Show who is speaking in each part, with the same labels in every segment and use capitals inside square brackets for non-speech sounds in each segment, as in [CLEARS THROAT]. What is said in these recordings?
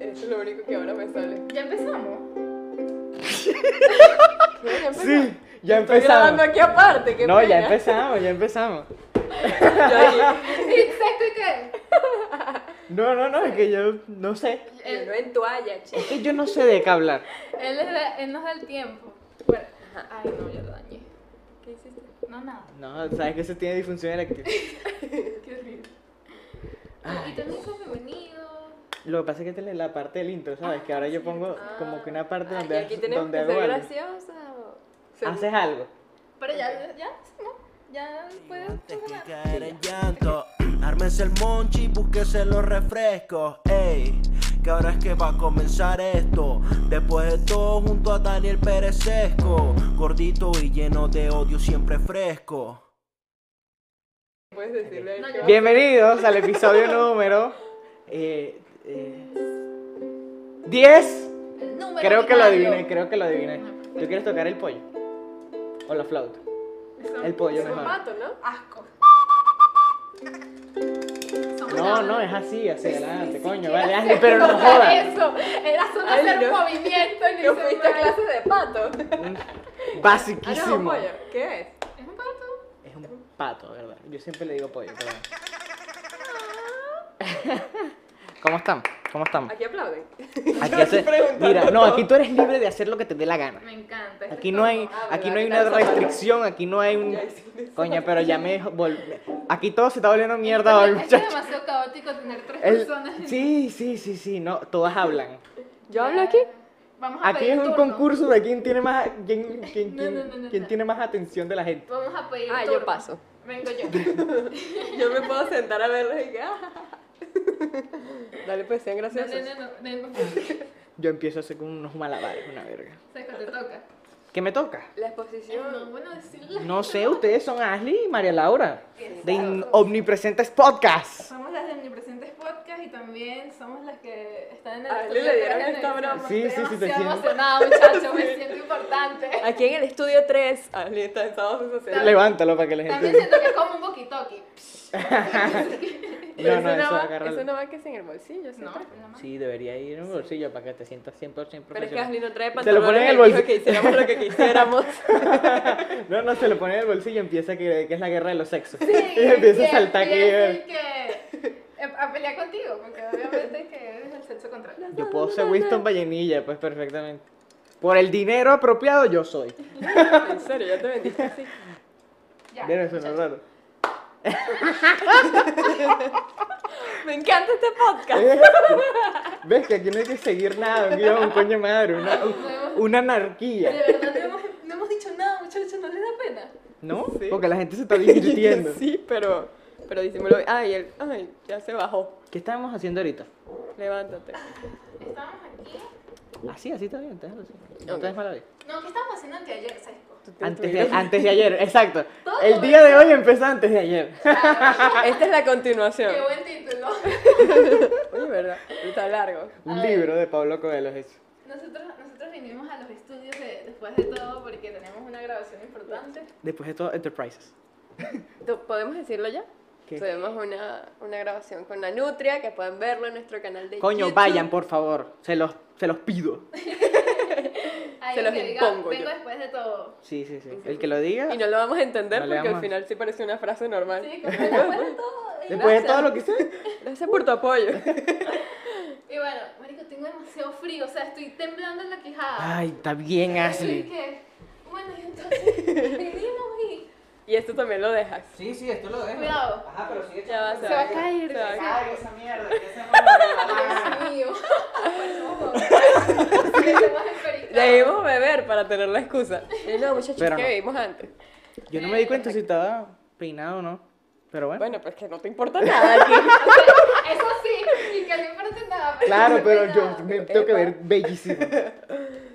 Speaker 1: Eh, lo único que ahora me sale.
Speaker 2: Ya empezamos.
Speaker 1: ¿Qué? ¿Ya empezamos?
Speaker 3: Sí, ya
Speaker 1: Estoy grabando
Speaker 3: empezamos.
Speaker 1: aquí aparte, qué
Speaker 3: No, ya
Speaker 1: pena.
Speaker 3: empezamos, ya empezamos.
Speaker 1: Yo ahí,
Speaker 2: ¿Sexto y qué?
Speaker 3: No, no, no, es que yo no sé.
Speaker 2: [LAUGHS]
Speaker 1: yo "Eh, no en toalla, che.
Speaker 3: Es que yo no sé de qué hablar.
Speaker 2: Él, es de- él nos da el tiempo. Este, Bueno,
Speaker 1: Ajá.
Speaker 2: ay, no, yo lo dañé.
Speaker 1: ¿Qué hiciste?
Speaker 2: No, nada.
Speaker 3: No, sabes que eso tiene disfunción eréctil.
Speaker 2: Qué horrible. Ah, Y también son bienvenidos.
Speaker 3: Lo que pasa es que esta es la parte del intro, ¿sabes? Que ahora yo pongo como que una parte
Speaker 1: Ah,
Speaker 3: donde,
Speaker 1: y aquí tenemos
Speaker 3: donde
Speaker 1: que
Speaker 3: hago
Speaker 1: ser
Speaker 3: algo.
Speaker 1: graciosa.
Speaker 3: Haces algo.
Speaker 2: Pero ya, ya, ¿no? Ya puedes
Speaker 4: Antes que
Speaker 2: funcionar.
Speaker 4: caer en llanto, ármese el monchi, búsquese los refrescos. Ey, que ahora es que va a comenzar esto. Después de todo, junto a Daniel Pérez Sesco, gordito y lleno de odio, siempre fresco.
Speaker 1: Puedes decirle a él
Speaker 2: No,
Speaker 1: que
Speaker 2: yo-
Speaker 3: Bienvenidos al
Speaker 1: [LAUGHS]
Speaker 3: episodio número. Eh, eh, 10.
Speaker 2: El número
Speaker 3: Creo que lo
Speaker 2: binario.
Speaker 3: adiviné, creo que lo adiviné. ¿Tú quieres tocar el pollo? ¿O la flauta?
Speaker 2: Son-
Speaker 3: El pollo
Speaker 1: es un
Speaker 3: mejor.
Speaker 1: pato, ¿no?
Speaker 2: Asco.
Speaker 3: No, no, es así, hacia adelante, coño, vale,
Speaker 2: Era
Speaker 3: hazle, pero no
Speaker 2: solo
Speaker 3: jodas.
Speaker 2: Eso, era solo
Speaker 1: Ay,
Speaker 2: hacer un
Speaker 1: no.
Speaker 2: movimiento en
Speaker 1: Yo fuiste a clases de pato.
Speaker 3: [LAUGHS]
Speaker 1: Ah, no, es un
Speaker 3: Basiquísimo.
Speaker 1: pollo. ¿Qué es?
Speaker 2: ¿Es un pato?
Speaker 3: Es un pato, ¿verdad? Yo siempre le digo pollo, pero. [LAUGHS] ¿Cómo estamos? ¿Cómo estamos?
Speaker 1: Aquí aplauden. [LAUGHS]
Speaker 3: Aquí hace- Mira, no, aquí tú eres libre de hacer lo que te dé la gana.
Speaker 2: Me encanta. este
Speaker 3: Aquí no hay,
Speaker 2: todo.
Speaker 3: aquí no hay una restricción, aquí no hay un.
Speaker 1: Ya hice eso.
Speaker 3: Coña, pero ya me. vol- Aquí todo se está volviendo mierda
Speaker 2: Pero
Speaker 3: hoy,
Speaker 2: Es que es
Speaker 3: muchachos.
Speaker 2: demasiado caótico tener tres
Speaker 3: El-
Speaker 2: personas. en-
Speaker 3: Sí, sí, sí, sí, no, todas hablan.
Speaker 1: ¿Yo hablo aquí?
Speaker 2: Vamos a
Speaker 3: Aquí
Speaker 2: pedir
Speaker 3: es un
Speaker 2: turno.
Speaker 3: concurso de quién tiene más, quién, quién,
Speaker 2: No,
Speaker 3: quién-
Speaker 2: no, no, no,
Speaker 3: quién
Speaker 2: no.
Speaker 3: tiene más atención de la gente.
Speaker 2: Vamos a pedir
Speaker 1: Ah,
Speaker 2: turno.
Speaker 1: yo paso.
Speaker 2: Vengo
Speaker 3: [LAUGHS]
Speaker 2: yo.
Speaker 1: Yo me puedo sentar a verlo y que, ah. [LAUGHS] Dale, pues sean
Speaker 2: No,
Speaker 1: graciosos.
Speaker 2: no, no, no, no. Seco,
Speaker 3: Yo empiezo a hacer como unos malabares, una verga.
Speaker 2: te toca.
Speaker 3: ¿Qué me toca?
Speaker 1: La
Speaker 2: Eh,
Speaker 1: exposición.
Speaker 2: No, bueno, decirle.
Speaker 3: No sé, ustedes son Ashley y María Laura de In-
Speaker 2: Exacto.
Speaker 3: Omnipresentes Podcast.
Speaker 2: Somos las de Omnipresentes Podcast y también somos las que están en el
Speaker 1: A él
Speaker 2: estudio
Speaker 1: le dieron
Speaker 2: tres en
Speaker 1: esta
Speaker 2: el-
Speaker 1: broma.
Speaker 3: Sí, sí, sí, te
Speaker 2: Demasiado
Speaker 3: siento.
Speaker 2: emocionada, muchachos, me siento
Speaker 3: [LAUGHS]
Speaker 2: importante.
Speaker 1: Aquí en el estudio Ah, 3, Ali está en sábado sensacional.
Speaker 3: Levántalo para que la
Speaker 2: También
Speaker 3: gente.
Speaker 2: siento que es como un walkie-talkie.
Speaker 3: No,
Speaker 1: eso
Speaker 3: no, eso
Speaker 1: va,
Speaker 3: agárralo.
Speaker 1: eso no va que es en el bolsillo, ¿sí?
Speaker 2: No, no más.
Speaker 3: Sí, debería ir en un bolsillo para que te sientas 100%
Speaker 1: Pero es que Ashley
Speaker 3: profesional.
Speaker 1: no trae
Speaker 3: Se lo pone en
Speaker 1: pantalones, él
Speaker 3: el
Speaker 1: dijo
Speaker 3: bolsillo.
Speaker 1: que hiciéramos lo que quisiéramos.
Speaker 3: [LAUGHS] No, no, se lo pone en el bolsillo y empieza que, que es la guerra de los sexos.
Speaker 2: Sí,
Speaker 3: [LAUGHS] y empieza a
Speaker 2: que
Speaker 3: saltar aquí. eh.
Speaker 2: empiece que- eh, A pelear contigo, porque obviamente que eres el sexo contrario.
Speaker 3: Yo puedo ser Winston Vallenilla, pues perfectamente. Por el dinero apropiado yo soy.
Speaker 1: en serio, ya te vendiste así.
Speaker 2: Ya.
Speaker 3: Pero eso no es raro. [LAUGHS]
Speaker 1: Me encanta este podcast.
Speaker 3: ¿Ves que aquí no hay que seguir nada? Un guión, coño madre. Una, una anarquía.
Speaker 2: De verdad, no hemos, no hemos dicho nada, muchachos, no les da pena.
Speaker 3: ¿No?
Speaker 1: Sí.
Speaker 3: Porque la gente
Speaker 1: [LAUGHS]
Speaker 3: se está divirtiendo.
Speaker 1: sí, pero, pero disimuló. Ay, él, ay, ya se bajó.
Speaker 3: ¿Qué estábamos haciendo ahorita?
Speaker 1: Levántate.
Speaker 2: Estábamos aquí.
Speaker 3: Así, Ah, así está bien, déjalo así. No
Speaker 1: Ok.
Speaker 3: te des mala vida.
Speaker 2: No, ¿qué estábamos haciendo anteayer, Sesco?
Speaker 3: Antes [LAUGHS] de, antes de ayer, exacto.
Speaker 2: Todo
Speaker 3: El día de hoy empezó antes de ayer.
Speaker 1: Esta es la continuación.
Speaker 2: Qué buen título. [LAUGHS]
Speaker 1: Oye, verdad, está largo.
Speaker 3: Un
Speaker 2: A ver.
Speaker 3: libro de Pablo Coelho es eso.
Speaker 2: Nosotros, nosotros vinimos a los estudios de- después de todo porque tenemos una grabación importante.
Speaker 3: Después de todo, Enterprises.
Speaker 1: ¿Tú- ¿Podemos decirlo ya?
Speaker 3: ¿Qué?
Speaker 1: Tuvimos una, una grabación con la Nutria, que pueden verlo en nuestro canal de
Speaker 3: Coño,
Speaker 1: YouTube.
Speaker 3: vayan, por favor. Se los, se los pido.
Speaker 2: Ahí
Speaker 1: Se los
Speaker 2: que diga,
Speaker 1: impongo
Speaker 2: Vengo
Speaker 1: yo.
Speaker 2: después de todo.
Speaker 3: Sí, sí, sí. El que lo diga.
Speaker 1: Y no lo vamos a entender
Speaker 3: No le
Speaker 1: porque al
Speaker 3: vamos a-
Speaker 1: final sí parece una frase normal.
Speaker 2: Sí, como que después de todo. y-
Speaker 3: Después de
Speaker 1: gracias.
Speaker 3: todo lo que hice.
Speaker 1: Gracias por tu apoyo. [LAUGHS]
Speaker 2: Y bueno, marico, tengo demasiado frío, o sea, estoy temblando en la quijada.
Speaker 3: Ay, está bien,
Speaker 2: Así
Speaker 3: Ashley.
Speaker 2: que, bueno, y entonces [LAUGHS] vinimos y...
Speaker 1: Y esto también lo dejas.
Speaker 3: Sí, sí, esto lo dejo.
Speaker 2: Cuidado.
Speaker 3: Ajá, pero sigue
Speaker 1: Ya va,
Speaker 2: Se va a caer.
Speaker 1: Se va a caer.
Speaker 3: Ay, esa mierda. [LAUGHS]
Speaker 2: Dios [LAUGHS] mío. Pues, Parecemos pericados.
Speaker 1: Debimos beber para tener la excusa. Y no, muchachos,
Speaker 3: Pero
Speaker 1: que
Speaker 3: no. ¿Eh?
Speaker 1: bebimos antes.
Speaker 3: Yo no me di cuenta si estaba peinado o no. Pero bueno.
Speaker 1: Bueno, pues que no te [LAUGHS] importa nada aquí.
Speaker 2: [LAUGHS] Eso sí, y que no importa nada. Pues
Speaker 3: Claro,
Speaker 2: no
Speaker 3: pero
Speaker 2: importa
Speaker 3: yo
Speaker 2: nada.
Speaker 3: me tengo que ver bellísimo.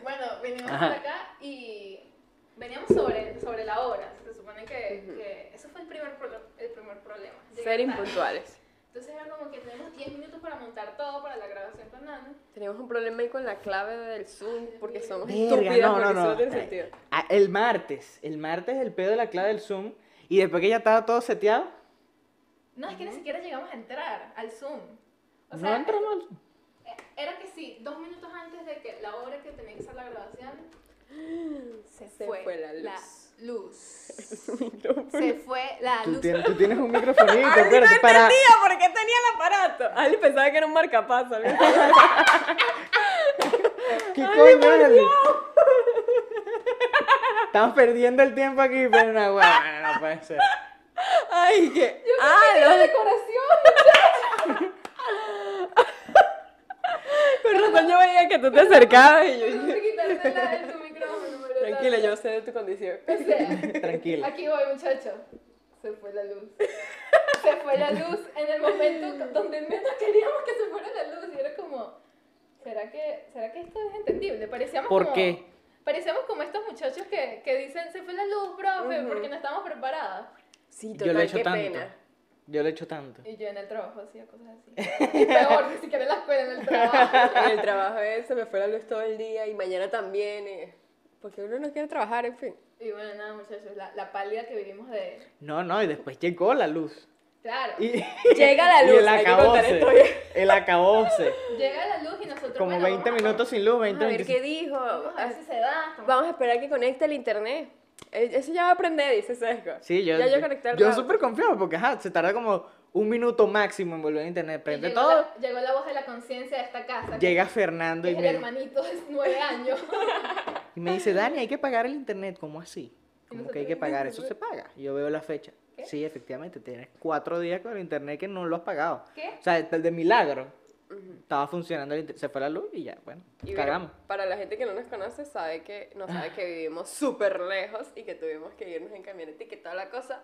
Speaker 2: Bueno, venimos
Speaker 3: Ajá.
Speaker 2: por acá y veníamos sobre, sobre la hora. Se supone que, que eso fue el primer, pro- el primer problema. Llegué
Speaker 1: Ser
Speaker 2: tarde.
Speaker 1: impuntuales.
Speaker 2: Entonces era como que tenemos 10 minutos para montar todo para la grabación con Nana.
Speaker 1: Tenemos un problema ahí con la clave del Zoom porque somos
Speaker 3: Verga,
Speaker 1: estúpidas
Speaker 3: no,
Speaker 1: porque
Speaker 3: no,
Speaker 1: eso
Speaker 3: no.
Speaker 1: no tiene [LAUGHS] sentido.
Speaker 3: Ah, El martes. El martes el pedo de la clave del Zoom. Y después que ya estaba todo seteado,
Speaker 2: No, es que ni siquiera llegamos a entrar al Zoom. O
Speaker 3: no
Speaker 2: sea,
Speaker 3: entramos.
Speaker 2: eh, era que sí, dos minutos antes de que la hora que tenía que hacer la grabación, se,
Speaker 1: Se
Speaker 2: fue,
Speaker 1: fue la
Speaker 2: luz.
Speaker 1: [LAUGHS]
Speaker 3: Su micrófono.
Speaker 2: se fue la
Speaker 3: Tú
Speaker 2: luz.
Speaker 3: tienes, tú tienes un microfonito,
Speaker 1: Ali no
Speaker 3: espérate,
Speaker 1: entendía
Speaker 3: para,
Speaker 1: por qué tenía el aparato. Ali pensaba que era un marcapaso. Ali.
Speaker 3: [LAUGHS] ¿Qué coño, Ali? [LAUGHS] Estamos perdiendo el tiempo aquí, pero no, bueno, no puede ser.
Speaker 1: Ay, que.
Speaker 2: Yo [LAUGHS]
Speaker 1: Ah,
Speaker 2: creo que
Speaker 1: lo
Speaker 2: la
Speaker 1: de.
Speaker 2: decoración.
Speaker 1: Con razón yo veía que tú te acercabas y yo
Speaker 2: Yo no
Speaker 1: dije.
Speaker 2: sé quitarte la de tu micrófono. pero
Speaker 1: Tranquila,
Speaker 2: tanto.
Speaker 1: yo sé de tu condición.
Speaker 2: O
Speaker 3: [LAUGHS]
Speaker 1: [LAUGHS]
Speaker 2: sea, [LAUGHS]
Speaker 3: Tranquila.
Speaker 2: Aquí voy, muchacho. Se fue la luz. Se fue la luz en el momento donde menos queríamos que se fuera la luz. Y era como, ¿será que, ¿será que esto es entendible? Parecíamos
Speaker 3: ¿Por
Speaker 2: como,
Speaker 3: qué?
Speaker 2: Parecíamos como estos muchachos que, que dicen, se fue la luz, profe, porque no estamos preparadas.
Speaker 1: Sí,
Speaker 3: Yo
Speaker 1: total,
Speaker 3: lo he hecho
Speaker 1: qué
Speaker 3: tanto.
Speaker 1: pena.
Speaker 3: Yo lo he hecho tanto.
Speaker 2: Y yo en el trabajo hacía cosas así. Y peor, ni siquiera en la escuela, en el trabajo.
Speaker 1: [LAUGHS] En el trabajo ese se me fue la luz todo el día y mañana también. eh, Porque uno no quiere trabajar, en
Speaker 3: [LAUGHS]
Speaker 1: fin.
Speaker 2: Y bueno, nada, muchachos, la, la pálida que vivimos de...
Speaker 3: No, no, y después llegó la luz.
Speaker 2: Claro,
Speaker 3: Y,
Speaker 1: Llega la luz,
Speaker 3: [LAUGHS] Y el
Speaker 1: hay que contar
Speaker 3: acabose.
Speaker 1: esto bien. [LAUGHS]
Speaker 3: El acabose.
Speaker 2: llega la luz y nosotros...
Speaker 3: Como
Speaker 2: bueno,
Speaker 3: 20
Speaker 2: vamos a-
Speaker 3: minutos sin luz, 20
Speaker 1: A ver qué
Speaker 3: minutos.
Speaker 1: dijo.
Speaker 2: Vamos a ver si se da.
Speaker 1: Vamos a esperar que conecte el internet. Eh, Eso ya va a aprender, dice Sesco.
Speaker 3: Sí, yo.
Speaker 1: Ya yo conecté el
Speaker 3: Yo
Speaker 1: router.
Speaker 3: súper confiado porque ajá, se tarda como un minuto máximo en volver a internet.
Speaker 2: Y
Speaker 3: Prende
Speaker 2: llegó
Speaker 3: todo.
Speaker 2: La, llegó la voz de la conciencia de esta casa. que-
Speaker 3: Llega
Speaker 2: que
Speaker 3: Fernando y
Speaker 2: es el
Speaker 3: me,
Speaker 2: hermanito de nueve años.
Speaker 3: [LAUGHS] y me dice, Dani, hay que pagar el internet. ¿Cómo así? Como que hay que
Speaker 2: nosotros,
Speaker 3: pagar, eso se paga. Y Yo veo la fecha.
Speaker 2: ¿Qué?
Speaker 3: Sí, efectivamente, tienes cuatro días con el internet que no lo has pagado.
Speaker 2: ¿Qué?
Speaker 3: O sea, de, de milagro. Estaba funcionando el internet, se fue la luz y ya, bueno,
Speaker 1: Y bueno,
Speaker 3: cagamos.
Speaker 1: para la gente que no nos conoce, sabe que no
Speaker 3: Ah.
Speaker 1: sabe que vivimos súper lejos y que tuvimos que irnos en camioneta y que toda la cosa.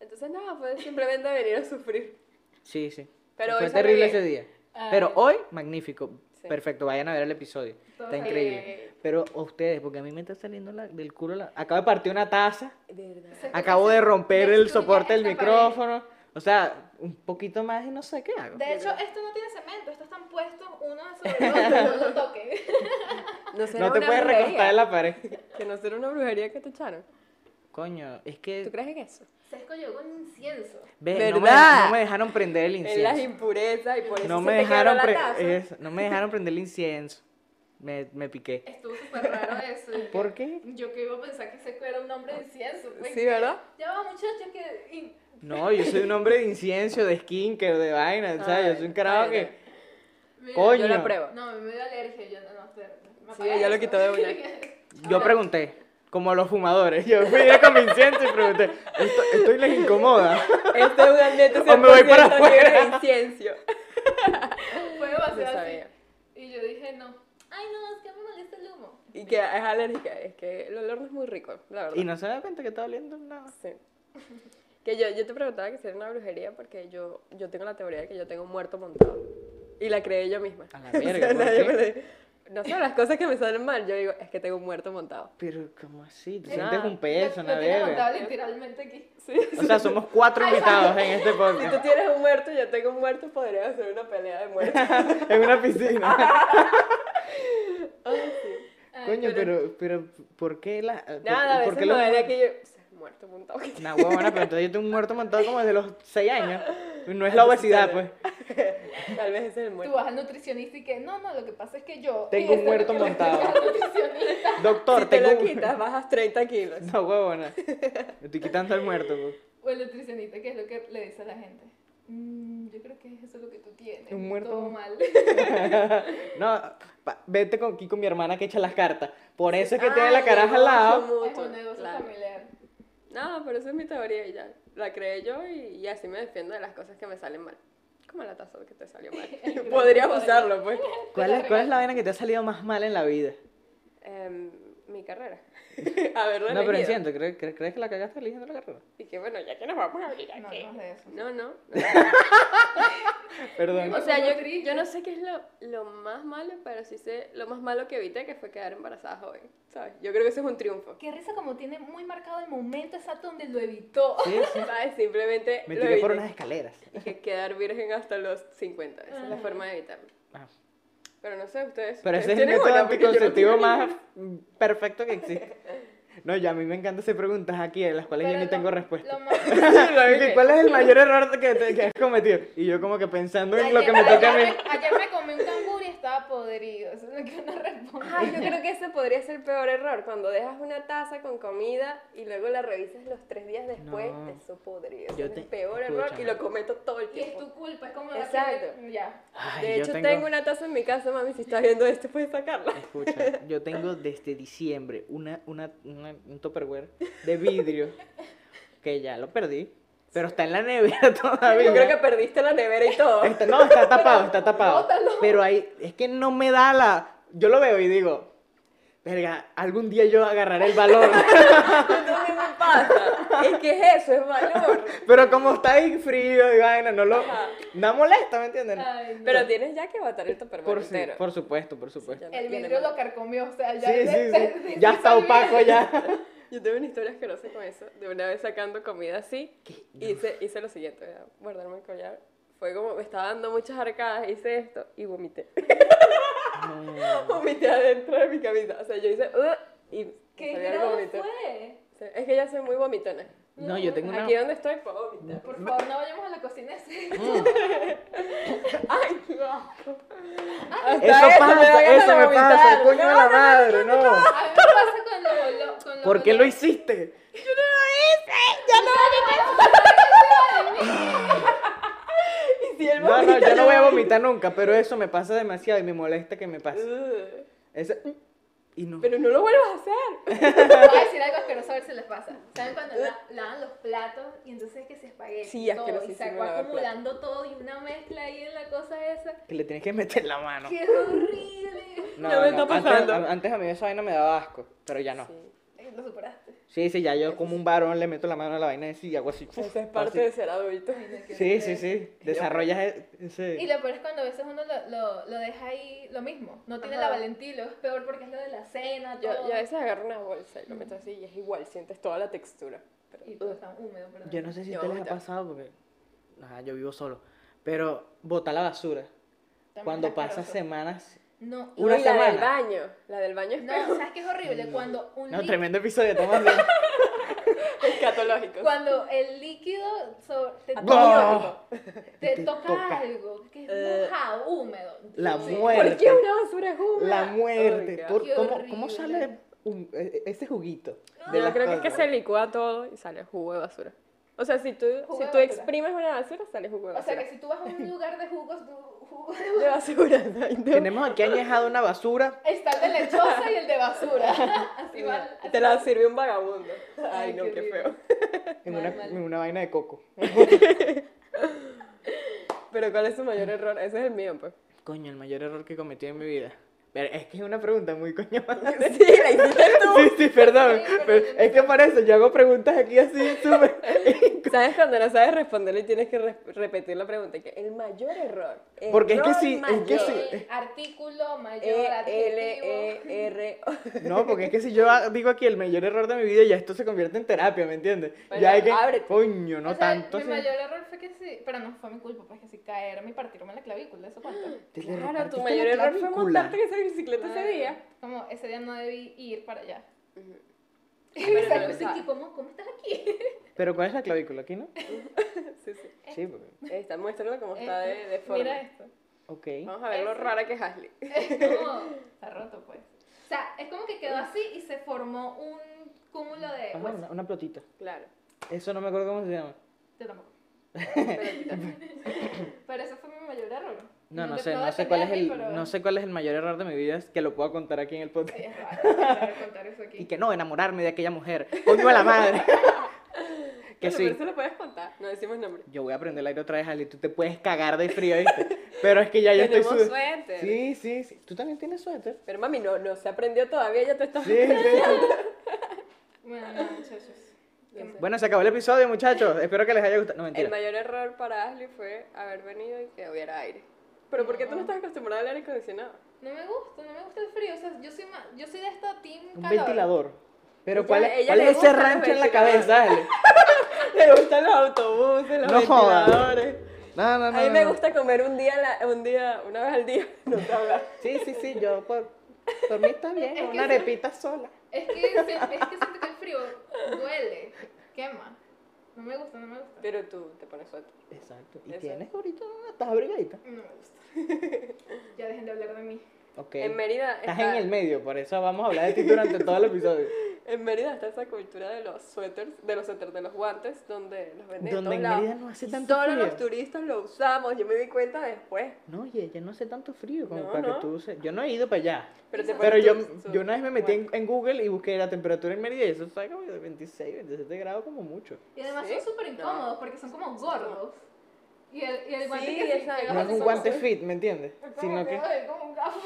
Speaker 1: Entonces, nada, fue simplemente venir a sufrir.
Speaker 3: Sí, sí.
Speaker 1: Pero
Speaker 3: fue
Speaker 1: hoy salió
Speaker 3: terrible
Speaker 1: bien.
Speaker 3: ese día.
Speaker 2: Ay.
Speaker 3: Pero hoy, magnífico.
Speaker 1: Sí.
Speaker 3: Perfecto, vayan a ver el episodio.
Speaker 2: Todo
Speaker 3: Está
Speaker 2: salió
Speaker 3: increíble.
Speaker 1: bien.
Speaker 3: Pero a ustedes, porque a mí me está saliendo la- del culo la... Acabo de partir
Speaker 1: [LAUGHS]
Speaker 3: una taza,
Speaker 1: ¿Verdad?
Speaker 3: acabo de romper el
Speaker 2: Destruye
Speaker 3: soporte del
Speaker 2: esta pared.
Speaker 3: micrófono. O sea, un poquito más y no sé qué hago.
Speaker 2: De hecho, esto no tiene cemento, estos están puestos uno sobre el otro, no lo
Speaker 3: [LAUGHS]
Speaker 2: toquen.
Speaker 1: No, será
Speaker 3: No te
Speaker 1: una
Speaker 3: puedes
Speaker 1: brujería?
Speaker 3: recostar en la pared.
Speaker 1: Que no será una brujería que te echaron.
Speaker 3: Coño, es
Speaker 1: ¿Tú
Speaker 3: que...
Speaker 1: crees en eso?
Speaker 2: Sesco llegó un incienso.
Speaker 3: ve, no, me,
Speaker 1: ¿Verdad?
Speaker 3: no me dejaron prender el
Speaker 1: En las
Speaker 3: incienso.
Speaker 1: impurezas y por eso
Speaker 3: No
Speaker 1: se
Speaker 3: me,
Speaker 1: te
Speaker 3: dejaron
Speaker 1: quebró
Speaker 3: pre- eh,
Speaker 1: la taza.
Speaker 3: eso, no me dejaron prender el incienso. Me,
Speaker 1: [LAUGHS]
Speaker 3: me piqué.
Speaker 2: Estuvo súper raro eso. y
Speaker 3: [LAUGHS] ¿Por
Speaker 2: que-
Speaker 3: qué?
Speaker 2: Yo que iba a pensar que Sesco era un hombre de incienso. pues,
Speaker 1: Sí,
Speaker 2: que-
Speaker 1: ¿verdad?
Speaker 2: Ya va, muchachos, que... y-
Speaker 3: No, yo soy un hombre de incienso, de skinker, de vaina. O sea, yo soy un carajo
Speaker 1: Ay,
Speaker 3: que...
Speaker 2: mira,
Speaker 3: Coño.
Speaker 1: Yo la
Speaker 3: [LAUGHS]
Speaker 1: pruebo.
Speaker 2: No, a mí me dio alergia, yo no, no sé. me
Speaker 1: Sí,
Speaker 2: apaga
Speaker 1: ya lo
Speaker 2: eso.
Speaker 1: quitó de una.
Speaker 3: Yo pregunté, como los fumadores. Yo fui a con mi incienso y pregunté, ¿esto, esto les incomoda?
Speaker 1: Este es un ambiente
Speaker 3: O me voy para
Speaker 1: 100% libre de
Speaker 3: afuera.
Speaker 1: incienso.
Speaker 2: [LAUGHS]
Speaker 3: [LAUGHS]
Speaker 2: Fue demasiado así.
Speaker 1: sabía.
Speaker 2: Y yo dije, no. Ay, no, es que me molesta el humo.
Speaker 1: Y que es alérgica. Es que el olor no es muy rico, la verdad.
Speaker 3: Y no se da cuenta que está oliendo nada.
Speaker 1: Sí. [LAUGHS] Que yo, yo te preguntaba que si era una brujería porque yo, yo tengo la teoría de que yo tengo un muerto montado. Y la creé yo misma.
Speaker 3: A
Speaker 1: [LAUGHS]
Speaker 3: la
Speaker 1: O sea,
Speaker 3: verga, ¿por
Speaker 1: nadie
Speaker 3: qué?
Speaker 1: me lo- No sé, las cosas que me salen mal, yo digo, es que tengo un muerto montado.
Speaker 3: Pero, ¿cómo así? Tú
Speaker 1: Sí,
Speaker 3: sientes
Speaker 1: nada.
Speaker 3: un peso,
Speaker 2: Lo- lo
Speaker 3: una
Speaker 2: tiene
Speaker 3: verga.
Speaker 2: montado literalmente aquí.
Speaker 1: Sí.
Speaker 3: O sea, somos cuatro invitados en
Speaker 1: [LAUGHS]
Speaker 3: este
Speaker 1: Si tú
Speaker 3: podcast.
Speaker 1: tienes un muerto y yo tengo un muerto, podría hacer una pelea de muertos.
Speaker 3: En una
Speaker 1: Ah,
Speaker 3: piscina.
Speaker 2: Ay,
Speaker 3: Coño, pero, pero, ¿por qué la...? por-
Speaker 1: Nada, a
Speaker 3: ¿por
Speaker 1: veces
Speaker 3: qué
Speaker 1: me
Speaker 3: los
Speaker 1: duele
Speaker 3: muertos-
Speaker 1: que yo... o sea, muerto montado.
Speaker 3: Una huevona, pero entonces yo tengo un muerto montado como desde los 6 años. No es la obesidad, pues.
Speaker 1: [LAUGHS] Tal vez ese es el
Speaker 2: Tú
Speaker 1: muerto.
Speaker 2: vas al nutricionista y que no, no, lo que pasa es que yo.
Speaker 3: Tengo
Speaker 2: Y eso
Speaker 3: un
Speaker 2: es lo
Speaker 3: muerto
Speaker 2: que le explica
Speaker 3: montado.
Speaker 2: al nutricionista. [LAUGHS]
Speaker 3: pues. Doctor,
Speaker 1: si te
Speaker 3: tengo
Speaker 1: lo
Speaker 3: un-
Speaker 1: quitas, bajas 30 kilos.
Speaker 3: No, huevona. Me estoy quitando al muerto, pues.
Speaker 2: [LAUGHS] O el nutricionista, que es lo que le dice a la gente. "Mm, yo creo que es eso lo que tú tienes.
Speaker 3: Un muerto
Speaker 2: Todo
Speaker 3: mon-
Speaker 2: mal.
Speaker 3: No, pa- vete con, aquí con mi hermana que echa las cartas. Por eso es que
Speaker 1: Ay,
Speaker 3: tiene la caraja al lado.
Speaker 1: mucho,
Speaker 2: [LAUGHS] es un negocio
Speaker 1: claro.
Speaker 2: familiar.
Speaker 1: Nada, pero esa es mi teoría y ya. La creé yo y, y así me defiendo de las cosas que me salen mal. Como la taza que te salió
Speaker 2: [LAUGHS]
Speaker 1: mal. Podrías
Speaker 2: Podría.
Speaker 1: usarlo, pues.
Speaker 3: ¿Cuál es, cuál es la vaina que te ha salido más mal en la vida?
Speaker 1: Em, mi carrera. [LAUGHS] a ver,
Speaker 3: No, pero entiendo, ¿crees, crees, crees que la cagaste eligiendo la carrera?
Speaker 1: Y que bueno, ya que nos vamos a abrir
Speaker 2: No,
Speaker 1: aquí.
Speaker 2: no es de eso.
Speaker 1: No, no.
Speaker 3: Perdón.
Speaker 1: O sea, yo, yo no sé qué es lo, lo más malo, pero sí sé lo más malo que evité, que fue quedar embarazada joven. ¿Sabes? Yo creo que eso es un triunfo.
Speaker 2: Qué risa como tiene muy marcado el momento exacto donde lo evitó.
Speaker 3: Sí, sí.
Speaker 1: ¿Sabes? Simplemente [LAUGHS]
Speaker 3: Me
Speaker 1: lo
Speaker 3: tiré por
Speaker 1: evité.
Speaker 3: unas escaleras.
Speaker 1: Y que quedar virgen hasta los 50. Esa es la forma de evitarlo.
Speaker 3: Ah.
Speaker 1: Pero no sé, ustedes.
Speaker 3: Pero ese
Speaker 1: ustedes
Speaker 3: es el
Speaker 1: tienen
Speaker 3: método
Speaker 1: una, porque yo no
Speaker 3: anticonceptivo
Speaker 1: tengo
Speaker 3: más perfecto que existe. No, ya a mí me encanta hacer preguntas aquí de las cuales
Speaker 2: Pero
Speaker 3: yo ni
Speaker 2: lo-
Speaker 3: tengo
Speaker 2: [LAUGHS]
Speaker 3: respuesta.
Speaker 2: Lo más...
Speaker 3: [LAUGHS] Que, ¿Cuál es el mayor error que, te- que has cometido? Y yo como que pensando en lo que me toca a mí.
Speaker 2: Ayer me comí un canguro y podrido, eso es lo que uno [LAUGHS] responde.
Speaker 1: Ay, yo creo que ese podría ser el peor error, cuando dejas una taza con comida y luego la revisas los tres días después,
Speaker 3: No.
Speaker 1: eso podría ser
Speaker 3: Yo
Speaker 1: el
Speaker 3: te-
Speaker 1: peor error y
Speaker 3: escúchame.
Speaker 1: lo cometo todo el
Speaker 2: Y es
Speaker 1: tiempo.
Speaker 2: tu culpa, es como la
Speaker 1: Exacto.
Speaker 2: primera- Ya.
Speaker 3: Ay,
Speaker 1: De
Speaker 3: yo
Speaker 1: hecho, tengo una taza en mi casa, mami, si estás viendo esto, puedes sacarla.
Speaker 3: [LAUGHS] Escucha, yo tengo desde diciembre una, una, una- un topperware de vidrio que ya lo perdí, pero está en la nevera [LAUGHS] todavía.
Speaker 1: Yo creo que perdiste la nevera y todo.
Speaker 3: Está- no, está
Speaker 1: [LAUGHS]
Speaker 3: tapado, está tapado.
Speaker 2: bótalo.
Speaker 3: Pero ahí, es que no me da la. Yo lo veo y digo, verga, algún día yo agarraré el
Speaker 1: [LAUGHS]
Speaker 3: valor. [LAUGHS]
Speaker 1: Entonces me pasa. Es que es eso, es valor.
Speaker 3: pero como está ahí frío y vaina, no lo.
Speaker 1: Ajá.
Speaker 3: No molesta, ¿me entienden?
Speaker 2: Ay, no.
Speaker 1: Pero tienes ya que matar el tupperware
Speaker 3: por, si-
Speaker 1: entero.
Speaker 3: por supuesto, por supuesto.
Speaker 1: ya no
Speaker 2: el
Speaker 1: tiene
Speaker 2: vidrio
Speaker 1: más.
Speaker 2: lo carcomió, o sea, ya.
Speaker 3: Sí,
Speaker 2: se- se-
Speaker 1: [LAUGHS]
Speaker 3: sí, sí.
Speaker 2: se-
Speaker 3: Ya
Speaker 2: se
Speaker 3: está
Speaker 2: olvida.
Speaker 3: opaco ya.
Speaker 1: Yo tengo una historia asquerosa con eso, de una vez sacando comida así, hice, hice lo siguiente, voy a guardarme el collar, fue como, me estaba dando muchas arcadas, hice esto y
Speaker 3: [LAUGHS]
Speaker 1: vomité, vomité adentro de mi camisa, o sea, yo hice, "Uh", y
Speaker 2: ¿Qué
Speaker 1: salía el
Speaker 2: grado
Speaker 1: vómito.
Speaker 2: fue?
Speaker 1: O sea, Es que ya soy muy vomitona,
Speaker 3: No, yo tengo una.
Speaker 1: aquí donde estoy puedo vomitar.
Speaker 2: Por favor, no vayamos a la cocina. ese.
Speaker 1: Ay, qué asco. Hasta Ah,
Speaker 3: Eso
Speaker 1: me da
Speaker 3: pasa,
Speaker 1: ganas
Speaker 3: eso
Speaker 1: de
Speaker 3: me pasa,
Speaker 1: vomitar.
Speaker 3: coño de la madre, no.
Speaker 2: A mí me pasa con los olores. Con los
Speaker 3: ¿Por qué lo
Speaker 2: olores.
Speaker 3: hiciste?
Speaker 1: Y si él
Speaker 3: No, no,
Speaker 1: vomita,
Speaker 3: yo no voy a
Speaker 1: vomito.
Speaker 3: vomitar nunca, pero eso me pasa demasiado y me molesta que me pase.
Speaker 1: Uh,
Speaker 3: Esa- Y no.
Speaker 1: Pero no lo vuelvas a hacer.
Speaker 2: Voy a decir algo asqueroso a ver si les pasa. ¿Saben cuando la- lavan los platos y entonces que se espagueti?
Speaker 1: Sí,
Speaker 2: y todo, y
Speaker 1: asquerosísimo
Speaker 2: se va
Speaker 1: lavar
Speaker 2: acumulando todo y una mezcla ahí en la cosa esa.
Speaker 3: Que le tienes que meter la mano.
Speaker 2: ¡Qué horrible!
Speaker 1: No me está pasando.
Speaker 3: Antes, a- antes a mí esa vaina me daba asco, pero ya no.
Speaker 1: Sí.
Speaker 2: Eh, Lo superaste.
Speaker 3: Sí, sí, ya yo como un varón le meto la mano a la vaina y hago así.
Speaker 1: Esa es parte de ser adulto.
Speaker 3: Sí, sí, sí. Desarrollas e-
Speaker 2: Y
Speaker 3: ese.
Speaker 2: lo peor es cuando a veces uno lo, lo, lo deja ahí lo mismo. No tiene
Speaker 1: Ajá.
Speaker 2: la valentía, y lo es peor porque es lo de la cena,
Speaker 1: Yo,
Speaker 2: todo.
Speaker 1: yo a veces agarro una bolsa y lo meto así y es igual, sientes toda la textura. Pero, uh,
Speaker 2: Y todo
Speaker 1: ugh.
Speaker 2: está húmedo, perdón.
Speaker 3: Yo no sé si
Speaker 1: Yo
Speaker 3: te les ha
Speaker 1: vomitar.
Speaker 3: pasado porque. Ajá, yo vivo solo. Pero botar la basura.
Speaker 2: También
Speaker 3: Cuando
Speaker 2: es
Speaker 3: pasas
Speaker 2: asqueroso.
Speaker 3: semanas.
Speaker 2: No, y-
Speaker 1: No,
Speaker 3: Una
Speaker 1: y la del
Speaker 3: semana.
Speaker 1: baño. La del baño es
Speaker 2: no, ¿sabes qué es horrible? Cuando un
Speaker 3: No,
Speaker 2: líquido-
Speaker 3: tremendo episodio, Tomás.
Speaker 1: [LAUGHS] escatológico.
Speaker 2: Cuando el líquido so- te,
Speaker 3: ¡Bah!
Speaker 2: te
Speaker 3: Te
Speaker 2: toca
Speaker 3: toca.
Speaker 2: algo que
Speaker 1: Eh,
Speaker 2: es mojado, húmedo.
Speaker 3: La
Speaker 2: Sí.
Speaker 3: muerte.
Speaker 1: ¿Por qué una basura es húmeda?
Speaker 3: La
Speaker 1: Ay, qué
Speaker 3: muerte. Por-
Speaker 2: Qué
Speaker 3: ¿cómo, cómo
Speaker 2: horrible.
Speaker 3: sale un- e- e- ese juguito?
Speaker 1: asco.
Speaker 3: de
Speaker 1: Yo
Speaker 3: las
Speaker 1: creo que es que
Speaker 3: cosas?
Speaker 1: se licúa todo y sale jugo de basura. O sea, si tú,
Speaker 2: Jugo
Speaker 1: si
Speaker 2: de
Speaker 1: tú
Speaker 2: basura.
Speaker 1: exprimes una basura, sale jugo de
Speaker 2: O sea
Speaker 1: basura.
Speaker 2: que si tú vas a un lugar de jugos, tú, jugo de- [LAUGHS]
Speaker 1: De basura. [LAUGHS] ay, no.
Speaker 3: Tenemos aquí añejado una basura.
Speaker 2: está el de lechosa y el de basura. [LAUGHS] Así va.
Speaker 1: Y Te la sirve un vagabundo. Ay,
Speaker 2: Ay,
Speaker 1: no,
Speaker 2: qué
Speaker 1: qué,
Speaker 2: horrible.
Speaker 1: feo.
Speaker 3: En
Speaker 2: Mal,
Speaker 3: una,
Speaker 2: mal.
Speaker 3: en una vaina de coco.
Speaker 1: Pero ¿cuál es tu mayor error? Ese es el mío, pues. [LAUGHS]
Speaker 3: Coño, el mayor error que cometí en mi vida. Pero es que es una pregunta muy coño
Speaker 1: [LAUGHS]
Speaker 3: madre.
Speaker 1: Sí, la hiciste
Speaker 3: Sí, sí, perdón.
Speaker 2: Sí, pero
Speaker 3: pero
Speaker 2: yo no
Speaker 3: es que por eso yo hago preguntas aquí así súper. [LAUGHS]
Speaker 1: tú. ¿Sabes cuando no sabes responderle y tienes que re- repetir la pregunta? Que el mayor error.
Speaker 3: Porque es que
Speaker 1: error
Speaker 3: sí, es que
Speaker 1: mayor.
Speaker 3: sí.
Speaker 2: Eh, Artículo mayor,
Speaker 1: E,
Speaker 2: adjetivo.
Speaker 1: E-L-E-R.
Speaker 3: No, porque es que si yo a- digo aquí el mayor error de mi vida, ya esto se convierte en terapia, ¿me entiendes?
Speaker 1: Bueno,
Speaker 3: ya hay que.
Speaker 1: ábrete.
Speaker 3: Coño, no
Speaker 2: O sea,
Speaker 3: tanto.
Speaker 2: Mi
Speaker 3: así.
Speaker 2: mayor error fue que sí. Pero no fue mi culpa, pues que sí caerme y partirme la clavícula, eso cuánto.
Speaker 3: Te le
Speaker 1: Claro, [LAUGHS]
Speaker 3: repartiste
Speaker 1: tu
Speaker 3: la
Speaker 1: mayor error fue
Speaker 3: clavícula.
Speaker 1: montarte en esa bicicleta ese día.
Speaker 2: Como ese día no debí ir para allá.
Speaker 1: Pero no
Speaker 2: Exacto,
Speaker 1: lo
Speaker 2: sí,
Speaker 1: sabe.
Speaker 2: que, ¿cómo, ¿Cómo estás aquí?
Speaker 3: Pero ¿cuál es la clavícula
Speaker 1: [LAUGHS]
Speaker 3: aquí, no?
Speaker 1: Sí, sí.
Speaker 3: Sí, porque-
Speaker 1: Esta, muéstrala como está
Speaker 2: Eh,
Speaker 1: de, de forma.
Speaker 2: Mira esto.
Speaker 3: Ok.
Speaker 1: Vamos a ver lo
Speaker 2: Ese.
Speaker 1: rara que es Ashley.
Speaker 2: [LAUGHS] Es como. Está roto, pues. O sea, es como que quedó así y se formó un cúmulo de. pues,
Speaker 3: Ajá,
Speaker 2: huesos.
Speaker 3: una, una pelotita. [LAUGHS]
Speaker 1: Claro.
Speaker 3: Eso no me acuerdo cómo se llama.
Speaker 2: Yo tampoco.
Speaker 1: Pero-
Speaker 2: Pero ese fue mi mayor error.
Speaker 3: No, no
Speaker 2: te
Speaker 3: sé,
Speaker 2: puedo
Speaker 3: no sé cuál es
Speaker 2: detener
Speaker 3: el,
Speaker 2: aquí, pero-
Speaker 3: no sé cuál es el mayor error de mi vida es que lo puedo contar aquí en el podcast.
Speaker 2: [LAUGHS] Sí, es raro, es raro contar eso aquí.
Speaker 3: Y que no, enamorarme de aquella mujer. Coño a la madre. [LAUGHS] que
Speaker 1: Bueno, Pero
Speaker 3: sí.
Speaker 1: eso lo puedes contar. No decimos nombre.
Speaker 3: Yo voy a prender el aire otra vez, Ale. Tú te puedes cagar de frío, ¿viste? Pero es que ya yo estoy
Speaker 1: Tenemos
Speaker 3: sud-
Speaker 1: suéter.
Speaker 3: Sí, sí, sí. Tú también tienes suéter.
Speaker 1: [LAUGHS] Pero mami, no, no se aprendió todavía, ya te estás...
Speaker 3: Sí, sí, sí.
Speaker 2: Bueno, no, muchachos. ¿Qué más?
Speaker 3: Bueno, se acabó el episodio, muchachos. Espero que les haya gustado. No,
Speaker 1: El
Speaker 3: mentira.
Speaker 1: mayor error para Ashley fue haber venido y que hubiera aire. Pero ¿por qué tú no estás acostumbrada al aire acondicionado?
Speaker 2: No me gusta, no me gusta el frío. O sea, yo soy, ma- yo soy de esta team.
Speaker 3: Un
Speaker 2: calor.
Speaker 3: ventilador. Pero
Speaker 1: Ella-
Speaker 3: ¿cuál,
Speaker 1: ella
Speaker 3: es- cuál
Speaker 1: le
Speaker 3: es ese
Speaker 1: gustan los
Speaker 3: rancho en la
Speaker 1: ventiladores.
Speaker 3: cabeza,
Speaker 1: [LAUGHS]
Speaker 3: Ale?
Speaker 1: [LAUGHS] Le gustan los autobuses, los
Speaker 3: No jodas.
Speaker 1: ventiladores.
Speaker 3: No, no, no.
Speaker 1: A mí
Speaker 3: no,
Speaker 1: me
Speaker 3: no.
Speaker 1: gusta comer un día, a la- un día una vez al día. [LAUGHS] No te hablas.
Speaker 3: Sí, sí, sí. Yo por, por mí está
Speaker 1: [LAUGHS]
Speaker 3: bien.
Speaker 2: Es que
Speaker 3: una
Speaker 2: sí.
Speaker 3: arepita sola.
Speaker 2: Es que, si- es que siento que el frío duele, quema. No me gusta, no me gusta.
Speaker 1: Pero tú te pones suéter. [LAUGHS]
Speaker 3: Exacto. Y
Speaker 1: Exacto.
Speaker 3: tienes ahorita una. Estás abrigadita.
Speaker 2: No me gusta. Ya dejen de hablar de mí.
Speaker 3: Ok.
Speaker 1: En Mérida
Speaker 3: Estás
Speaker 1: está-
Speaker 3: en el medio, por eso vamos a hablar de ti durante todo
Speaker 1: [LAUGHS]
Speaker 3: el episodio.
Speaker 1: En Mérida está esa cultura de los suéteres, de los suéteres, de los guantes, donde los venden en
Speaker 3: Donde
Speaker 1: todos
Speaker 3: en
Speaker 1: lados.
Speaker 3: Mérida no hace
Speaker 1: Y
Speaker 3: tanto
Speaker 1: Solo
Speaker 3: frío.
Speaker 1: los turistas lo usamos, yo me di cuenta después.
Speaker 3: No, oye, ya no hace tanto frío como
Speaker 1: No,
Speaker 3: para
Speaker 1: no.
Speaker 3: que tú uses. Yo no he ido para allá.
Speaker 1: Pero, te
Speaker 3: Pero
Speaker 1: pones
Speaker 3: yo,
Speaker 1: tu- tu
Speaker 3: yo una vez me metí en,
Speaker 1: guante.
Speaker 3: en Google y busqué la temperatura en Mérida y eso está como de 26, 27 grados como mucho.
Speaker 2: Y además
Speaker 1: ¿Sí?
Speaker 2: son súper incómodos porque son como gordos. Y el, y el guante
Speaker 1: Sí,
Speaker 2: que si
Speaker 1: exacto.
Speaker 2: llegas
Speaker 3: No
Speaker 2: a
Speaker 3: es un
Speaker 2: usar-
Speaker 3: guante fit, ¿me entiendes?
Speaker 2: es como
Speaker 3: Sino que...
Speaker 2: ay, como
Speaker 1: [LAUGHS]
Speaker 2: un gafo.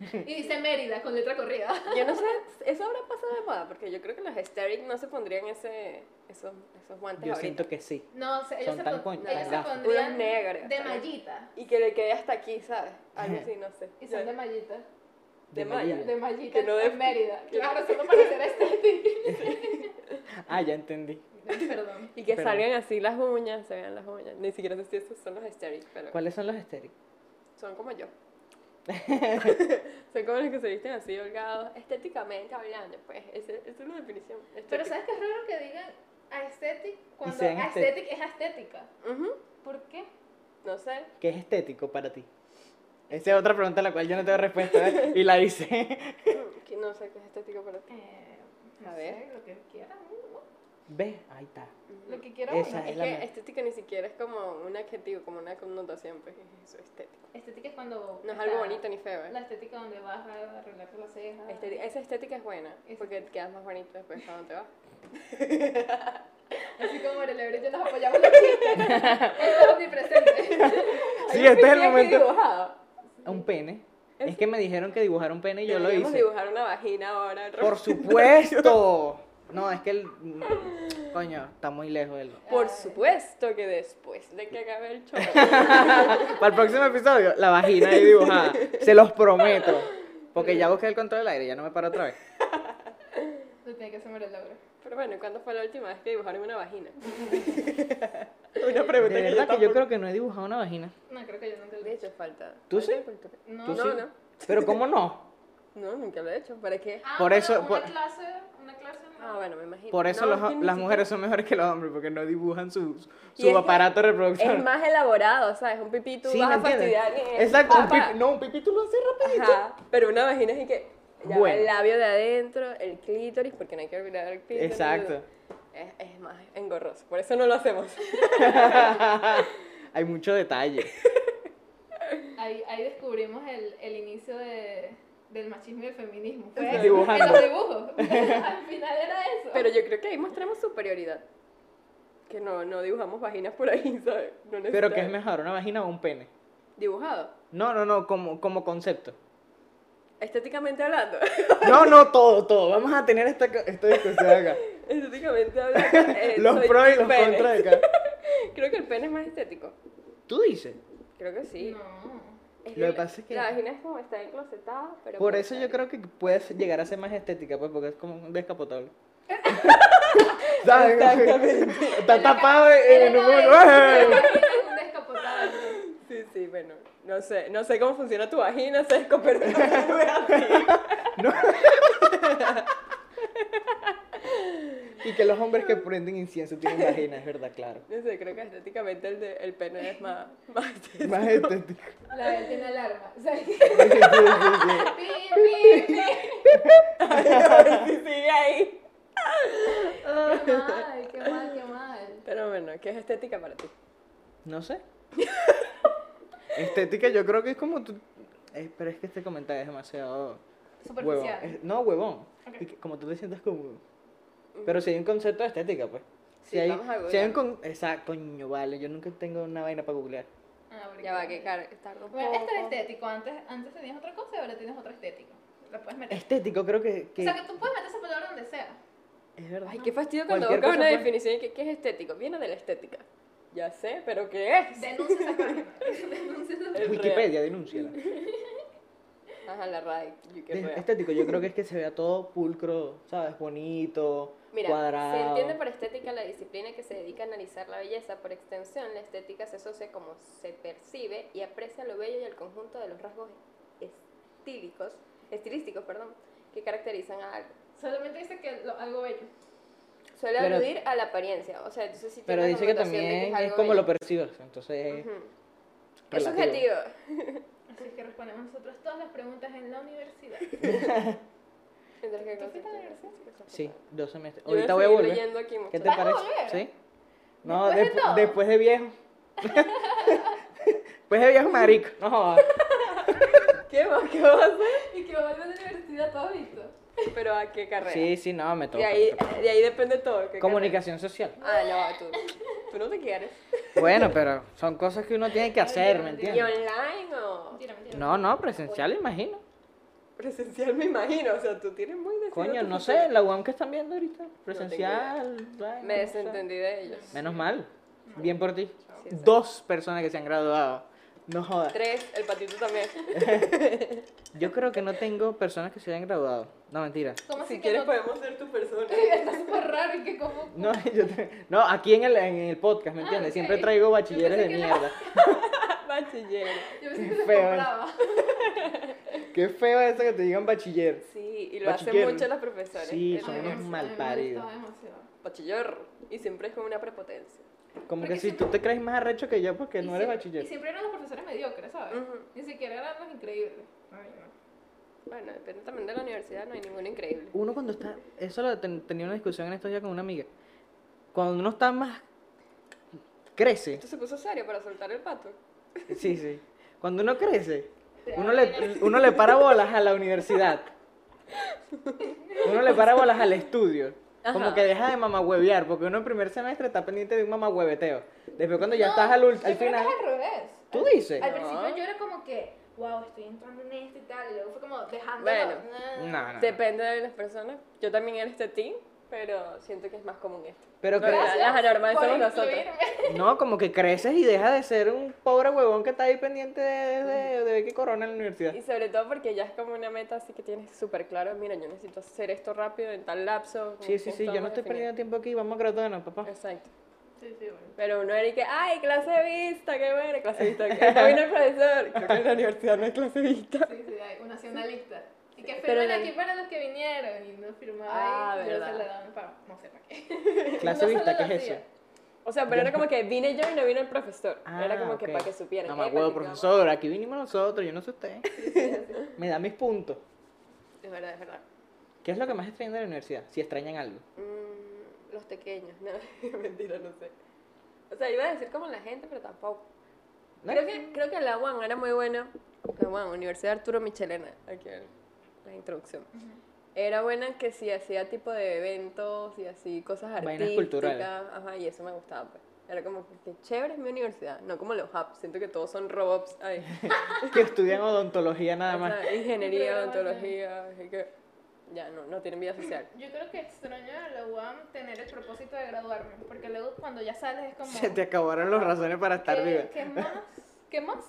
Speaker 2: y dice Mérida con letra corrida.
Speaker 1: Yo no sé, eso habrá pasado de moda, porque yo creo que las hysteric no se pondrían ese, esos, esos guantes
Speaker 3: Yo
Speaker 1: ahorita.
Speaker 3: siento que sí.
Speaker 2: No, o sea, ellos
Speaker 3: Son
Speaker 2: se,
Speaker 3: tan
Speaker 2: pon-
Speaker 3: con-
Speaker 2: ellos
Speaker 3: tan
Speaker 2: se
Speaker 3: gafos.
Speaker 2: pondrían
Speaker 1: Unos negros,
Speaker 2: de
Speaker 1: tal vez.
Speaker 2: mallita.
Speaker 1: Y que le quede hasta aquí, ¿sabes? Algo así, no sé.
Speaker 2: Y son de mallita.
Speaker 1: De malla.
Speaker 3: Mérida.
Speaker 2: De mallita
Speaker 1: Que no de-
Speaker 2: en Mérida.
Speaker 1: que-
Speaker 2: Claro, solo para hacer este
Speaker 1: [LAUGHS]
Speaker 2: estética.
Speaker 3: Ah, ya entendí.
Speaker 2: Perdón.
Speaker 1: Y que
Speaker 3: Pero-
Speaker 1: salgan así las uñas, se vean las uñas. Ni siquiera sé si esos son los hysteric, pero
Speaker 3: ¿Cuáles son los estéricos?
Speaker 1: son como
Speaker 3: [LAUGHS]
Speaker 1: yo. son como los que se visten así, holgados, estéticamente hablando, pues. Ese- Esa es la definición.
Speaker 2: Pero
Speaker 1: estética.
Speaker 2: ¿sabes qué es raro que digan aesthetic cuando
Speaker 3: sean
Speaker 2: aesthetic es estética?
Speaker 1: Ujú,
Speaker 2: ¿Por qué?
Speaker 1: No
Speaker 2: [LAUGHS]
Speaker 1: sé.
Speaker 3: ¿Qué es estético para ti? Esa es otra pregunta a la cual yo no tengo respuesta ¿eh? y la hice. [LAUGHS]
Speaker 1: Mm, que No sé qué es estético para ti.
Speaker 2: Eh,
Speaker 1: A
Speaker 2: no
Speaker 1: ver.
Speaker 2: sé, lo que quieran. ¿no?
Speaker 3: ¿Ves? Ahí está.
Speaker 2: Lo que quieran.
Speaker 3: Esa
Speaker 1: Es
Speaker 3: es la
Speaker 1: que
Speaker 3: me-
Speaker 1: estética ni siquiera es como un adjetivo, como una connotación, pues es eso, estético.
Speaker 2: Estética es cuando.
Speaker 1: No es
Speaker 2: está
Speaker 1: algo bonito ni feo, ¿eh?
Speaker 2: La estética donde vas a arreglarte las cejas.
Speaker 1: Estética- esa estética es buena,
Speaker 2: Esa.
Speaker 1: porque te quedas más bonito después cuando te [LAUGHS] vas.
Speaker 2: Así como María Laura y yo nos apoyamos los chistes.
Speaker 1: [LAUGHS]
Speaker 2: Estamos ni presentes.
Speaker 3: Sí, este es el momento.
Speaker 1: Dibujado.
Speaker 3: Un pene. Es que me dijeron que dibujara un pene y yo lo
Speaker 1: Deberíamos
Speaker 3: hice.
Speaker 1: dibujar una vagina ahora.
Speaker 3: Por supuesto. No, es que el... Coño, está muy lejos del...
Speaker 1: Por
Speaker 2: Ay.
Speaker 1: supuesto que después de que acabe el
Speaker 3: [LAUGHS]
Speaker 1: show.
Speaker 3: Para el próximo episodio, la vagina ahí dibujada. Se los prometo. Porque ya busqué el control del aire, ya no me paro otra vez.
Speaker 2: Lo tiene que hacer María Laura.
Speaker 1: Pero bueno, ¿cuándo fue la última vez que dibujaron una vagina? una pregunta que
Speaker 3: De verdad
Speaker 1: yo,
Speaker 3: que yo creo que no he dibujado una vagina.
Speaker 2: No, creo que yo no te lo
Speaker 1: De
Speaker 2: he hecho.
Speaker 1: hecho, falta.
Speaker 3: ¿Tú
Speaker 1: falta
Speaker 3: sí?
Speaker 1: cultura.
Speaker 2: No.
Speaker 3: ¿Tú
Speaker 1: no,
Speaker 3: sí?
Speaker 1: no.
Speaker 3: Pero ¿cómo no?
Speaker 1: No, nunca lo he hecho. ¿Para qué?
Speaker 2: Ah,
Speaker 3: Por
Speaker 2: una-
Speaker 3: eso-
Speaker 2: Una
Speaker 3: por-
Speaker 2: clase. Una clase. no.
Speaker 1: Ah, bueno, me imagino.
Speaker 3: Por eso
Speaker 1: No,
Speaker 3: los-
Speaker 1: es que ni
Speaker 3: las
Speaker 1: siquiera-
Speaker 3: mujeres son mejores que los hombres, porque no dibujan su,
Speaker 1: Y
Speaker 3: su
Speaker 1: es que
Speaker 3: aparato reproductor.
Speaker 1: Es más elaborado, ¿sabes? Un pipí tú
Speaker 3: Sí, ¿me
Speaker 1: vas a
Speaker 3: entiendes?
Speaker 1: fastidiar. y-
Speaker 3: Exacto, un
Speaker 1: Papá.
Speaker 3: pipi- no, un pipi tú lo haces rapidito.
Speaker 1: Ajá, [LAUGHS] pero una vagina es que ya va
Speaker 3: Bueno.
Speaker 1: el labio de adentro, el clítoris, porque no hay que olvidar el clítoris.
Speaker 3: Exacto.
Speaker 1: Es, es más engorroso, por eso no lo hacemos. [LAUGHS]
Speaker 3: [LAUGHS] Hay mucho detalle.
Speaker 2: Ahí, ahí descubrimos el, el inicio de, del machismo y el feminismo. Fue
Speaker 1: Ajá.
Speaker 2: en-
Speaker 3: Dibujando.
Speaker 2: En los dibujos. [LAUGHS] Al final era eso.
Speaker 1: Pero yo creo que ahí mostramos superioridad. Que no, no dibujamos vaginas por ahí, [LAUGHS] ¿sabes? No
Speaker 3: Pero ¿qué
Speaker 1: necesitas-
Speaker 3: es mejor, una vagina o un pene?
Speaker 1: Dibujado.
Speaker 3: No, no, no, como, como concepto.
Speaker 1: Estéticamente hablando. [LAUGHS]
Speaker 3: No, no, todo, todo. Vamos a tener esta, esta discusión acá.
Speaker 1: Estéticamente hablando. [LAUGHS] eh,
Speaker 3: [LAUGHS] Los
Speaker 1: soy
Speaker 3: pros y
Speaker 1: team
Speaker 3: los
Speaker 1: pene.
Speaker 3: contras
Speaker 1: [LAUGHS]
Speaker 3: de acá.
Speaker 1: Creo que el pene es más estético.
Speaker 3: Tú dices.
Speaker 1: Creo que sí.
Speaker 2: No.
Speaker 1: Es
Speaker 3: Lo que pasa es que-
Speaker 1: La vagina es como está enclosetada, pero.
Speaker 3: Por
Speaker 1: puede
Speaker 3: eso yo
Speaker 1: ser.
Speaker 3: creo que puedes llegar a ser más estética, pues, porque es como
Speaker 1: [LAUGHS]
Speaker 3: un descapotable. [LAUGHS] Está tapado
Speaker 2: Era
Speaker 3: en un...
Speaker 2: una vez,
Speaker 3: ¡Eh! [LAUGHS]
Speaker 2: una vez en un descapotable.
Speaker 1: Sí, sí, bueno. No sé, no sé cómo funciona tu vagina, Sesco, pero [LAUGHS] no es así.
Speaker 3: No. y que los hombres que prenden incienso tienen vagina, es verdad, claro.
Speaker 1: No sé, creo que estéticamente el, de- el pene es más, [LAUGHS] más estético.
Speaker 3: Más estético.
Speaker 2: La de él tiene alarma. O sea,
Speaker 3: [LAUGHS]
Speaker 2: [LAUGHS]
Speaker 3: Sí, sí, sí, sí.
Speaker 2: pi, pi, pi.
Speaker 1: A ver si sigue ahí.
Speaker 2: Qué mal, qué mal, qué mal.
Speaker 1: Pero bueno, ¿qué es estética para ti?
Speaker 3: No sé. [LAUGHS] Estética, yo creo que es como tú. eh, pero es que este comentario es demasiado. Huevón.
Speaker 2: Superficial.
Speaker 3: Es- no, huevón.
Speaker 2: Ok.
Speaker 3: Y que- como tú te sientas cómodo. Pero si hay un concepto de estética, pues. Si
Speaker 1: Sí,
Speaker 3: hay,
Speaker 1: vamos a
Speaker 3: si hay un
Speaker 1: googlearlo.
Speaker 3: con- Exacto, coño, vale. Yo nunca tengo una vaina para googlear.
Speaker 2: Ah, porque-
Speaker 1: Ya va, que car- tarda un
Speaker 2: Bueno,
Speaker 1: poco.
Speaker 2: esto es estético. Antes, antes tenías otra cosa y ahora tienes otra estética. La puedes meter.
Speaker 3: Estético, creo que. que-
Speaker 2: O sea, que tú puedes meter esa palabra donde
Speaker 3: [LAUGHS]
Speaker 2: sea.
Speaker 3: Es verdad.
Speaker 1: Ay, qué fastidio cuando
Speaker 3: Cualquier
Speaker 1: buscas
Speaker 3: cosa pues.
Speaker 1: una
Speaker 3: puede-
Speaker 1: definición y que ¿qué es estético? Viene de la estética. Ya sé, pero ¿qué es?
Speaker 2: Denuncia esa página. [LAUGHS] Denuncia esa
Speaker 1: es
Speaker 3: Wikipedia, denúnciala.
Speaker 1: Ajá, la RAE. y qué
Speaker 3: De-
Speaker 1: fea.
Speaker 3: estético, yo creo que Este
Speaker 1: [LAUGHS]
Speaker 3: es que se vea todo pulcro, ¿sabes? Bonito,
Speaker 1: Mira,
Speaker 3: cuadrado.
Speaker 1: se entiende por estética la disciplina que se dedica a analizar la belleza. Por extensión, la estética se asocia como se percibe y aprecia lo bello y el conjunto de los rasgos estílicos, estilísticos perdón, que caracterizan a algo.
Speaker 2: Solamente dice que lo- algo bello.
Speaker 1: Suele
Speaker 3: Pero-
Speaker 1: aludir a la apariencia, o sea, entonces sí tiene
Speaker 3: Pero
Speaker 1: una
Speaker 3: dice que
Speaker 1: connotación de
Speaker 3: también
Speaker 1: algo
Speaker 3: es como
Speaker 1: bello.
Speaker 3: lo percibes, entonces es
Speaker 1: Ujú. Es
Speaker 3: relativo.
Speaker 1: subjetivo.
Speaker 2: Así que respondemos nosotros todas las preguntas en la universidad.
Speaker 1: Mientras que
Speaker 2: ¿Tú fuiste a la
Speaker 1: concentrarnos.
Speaker 3: Sí, dos semestres.
Speaker 1: Yo
Speaker 3: Ahorita voy a
Speaker 1: seguir
Speaker 3: volver.
Speaker 1: leyendo aquí
Speaker 3: ¿Qué
Speaker 1: mucho.
Speaker 3: te
Speaker 2: ¿Vas a
Speaker 3: parece?
Speaker 2: volver?
Speaker 3: ¿Sí? No,
Speaker 2: ¿Después de
Speaker 3: despu-
Speaker 2: todo?
Speaker 3: después
Speaker 1: [LAUGHS]
Speaker 3: de viejo. después de viejo, marico. No jodas.
Speaker 1: ¿Qué va- qué va a hacer?
Speaker 2: [LAUGHS] y que vuelve a la universidad, ¿tú has visto?
Speaker 1: Pero a qué carrera.
Speaker 3: Sí, sí, no, me toca.
Speaker 1: de,
Speaker 3: me
Speaker 1: ahí, eh,
Speaker 3: toca.
Speaker 1: de ahí depende todo. ¿qué
Speaker 3: Comunicación social.
Speaker 1: carrera. Ah, no, tú. Tú no te quieres.
Speaker 3: Bueno, pero son cosas que uno tiene que hacer, ¿me
Speaker 1: ¿Y
Speaker 3: entiendes?
Speaker 1: online o
Speaker 2: Mentira, mentira.
Speaker 3: No, no, presencial, imagino.
Speaker 1: presencial? Me imagino. O sea, tú tienes muy decidido
Speaker 3: Coño,
Speaker 1: tu
Speaker 3: no
Speaker 1: futuro.
Speaker 3: sé, la UAM que están viendo ahorita. Presencial. vaina,
Speaker 1: Me
Speaker 3: no sé.
Speaker 1: desentendí de ellos.
Speaker 3: Menos mal. Bien por ti.
Speaker 1: Sí, exacto.
Speaker 3: Dos personas que se han graduado. No jodas.
Speaker 1: Tres, el patito también.
Speaker 3: Yo creo que no tengo personas que se hayan graduado. No, mentira.
Speaker 2: ¿Cómo así
Speaker 1: si
Speaker 2: que
Speaker 1: quieres
Speaker 3: pues,
Speaker 2: no?
Speaker 1: podemos ser tu persona.
Speaker 2: [LAUGHS]
Speaker 1: [LAUGHS]
Speaker 2: Está súper raro, y que como...
Speaker 3: No, [LAUGHS] yo te- no aquí en el, en el podcast, ¿me
Speaker 2: Ah,
Speaker 3: entiendes?
Speaker 2: ok.
Speaker 3: Siempre traigo bachilleres
Speaker 2: Yo
Speaker 3: de
Speaker 2: pensé que
Speaker 3: mierda.
Speaker 1: Bachiller.
Speaker 2: Yo pensé que se
Speaker 3: Feo.
Speaker 2: compraba.
Speaker 3: Qué feo eso que te digan bachiller.
Speaker 1: Sí, y lo hacen
Speaker 3: Bachiller.
Speaker 1: mucho los profesores.
Speaker 3: Sí,
Speaker 1: El-
Speaker 3: son
Speaker 2: Ay,
Speaker 3: unos
Speaker 2: me-
Speaker 3: malparidos.
Speaker 2: me gustaba demasiado.
Speaker 1: Bachiller. Y siempre es con una prepotencia.
Speaker 3: Como
Speaker 2: Porque
Speaker 3: que si
Speaker 2: siempre-
Speaker 3: tú te crees más arrecho que yo porque
Speaker 2: Y
Speaker 3: no eres
Speaker 2: sie-
Speaker 3: bachiller.
Speaker 2: Y siempre eran los profesores mediocres, ¿sabes?
Speaker 1: Ujú.
Speaker 2: Ni siquiera eran los increíbles. Ay, no.
Speaker 1: Bueno, depende también de la universidad, no hay ninguno increíble.
Speaker 3: Uno cuando está... Eso lo ten- tenía una discusión en estos días con una amiga. Cuando uno está más... Crece.
Speaker 1: Esto se puso serio para soltar el pato.
Speaker 3: Sí, sí. Cuando uno crece,
Speaker 2: Te
Speaker 3: uno
Speaker 2: da
Speaker 3: le, uno le para bolas a la universidad. Uno le para bolas al estudio. Como
Speaker 1: Ajá.
Speaker 3: que deja de mamahuevear, porque uno en primer semestre está pendiente de un mamahueveteo. Después cuando ya estás al, ult- al
Speaker 2: yo creo que
Speaker 3: final,
Speaker 2: es al revés.
Speaker 3: tú dices,
Speaker 2: Al
Speaker 1: No.
Speaker 2: principio yo era como que, wow, estoy entrando en esto y tal, y luego fue como dejando.
Speaker 1: Bueno.
Speaker 3: no, no.
Speaker 1: Depende de las personas. Yo también era este team, pero siento que es más común esto.
Speaker 3: Pero
Speaker 1: No,
Speaker 3: que-
Speaker 1: la- las anormales somos nosotros.
Speaker 3: No, como que creces y deja de ser un pobre huevón que está ahí pendiente de, de- de ver que corona en la universidad.
Speaker 1: Y sobre todo porque ya es como una meta así que tienes súper claro, mira, yo necesito hacer esto rápido en tal lapso. como
Speaker 3: Sí, sí,
Speaker 1: que
Speaker 3: sí, yo no
Speaker 1: estamos
Speaker 3: estoy perdiendo
Speaker 1: definidos.
Speaker 3: tiempo aquí, vamos a graduarnos, papá.
Speaker 1: Exacto.
Speaker 2: [LAUGHS] Sí, sí, bueno.
Speaker 1: Pero uno era y que, ay, clase de vista, qué bueno, clase de
Speaker 3: [LAUGHS]
Speaker 1: vista. Que acá vino el profesor. Creo que en la universidad no es clase de vista.
Speaker 2: Sí, sí, hay una nacionalista. Y que
Speaker 1: Pero
Speaker 2: firmen
Speaker 1: la-
Speaker 2: aquí para los que vinieron y no firmaba
Speaker 1: Ah,
Speaker 2: ahí, y no
Speaker 1: verdad.
Speaker 2: se le daban para, no sé para qué. [LAUGHS]
Speaker 3: Clase
Speaker 2: No se
Speaker 3: vista,
Speaker 2: lo
Speaker 3: ¿qué es
Speaker 2: hacía.
Speaker 3: eso?
Speaker 1: O sea, pero era como que vine yo y no vino el profesor. era
Speaker 3: Ah,
Speaker 1: como que
Speaker 3: ok.
Speaker 1: para que supieran.
Speaker 3: No me
Speaker 1: "Eh,
Speaker 3: acuerdo,
Speaker 1: papi, vamos".
Speaker 3: profesor, aquí vinimos nosotros, yo no sé usted. me da mis puntos.
Speaker 1: Es verdad, es verdad.
Speaker 3: ¿Qué es lo que más extrañan de la universidad? Si extrañan algo.
Speaker 1: Mm, los pequeños, no, [LAUGHS] mentira, no sé. O sea, iba a decir como la gente, pero tampoco.
Speaker 3: ¿No?
Speaker 1: Creo, que, creo que la UAM era muy buena. La UAM, Universidad Arturo Michelena, aquí el- la introducción. Era buena que si hacía tipo de eventos y así, cosas
Speaker 3: Vainas
Speaker 1: artísticas.
Speaker 3: culturales.
Speaker 1: Ajá, y eso me gustaba, pues. Era como que, que chévere es mi universidad, no como los hubs. Siento que todos son robots. Ay,
Speaker 3: que estudian odontología nada
Speaker 1: o
Speaker 3: más.
Speaker 1: sea, ingeniería,
Speaker 2: Programación.
Speaker 1: odontología. así que Ya, no, no tienen vida social.
Speaker 2: Yo creo que extraño a la UAM tener el propósito de graduarme, porque luego cuando ya sales es como...
Speaker 3: [LAUGHS] Se te acabaron las razones para estar
Speaker 2: ¿qué,
Speaker 3: viva.
Speaker 2: ¿Qué más? ¿Qué [LAUGHS] más?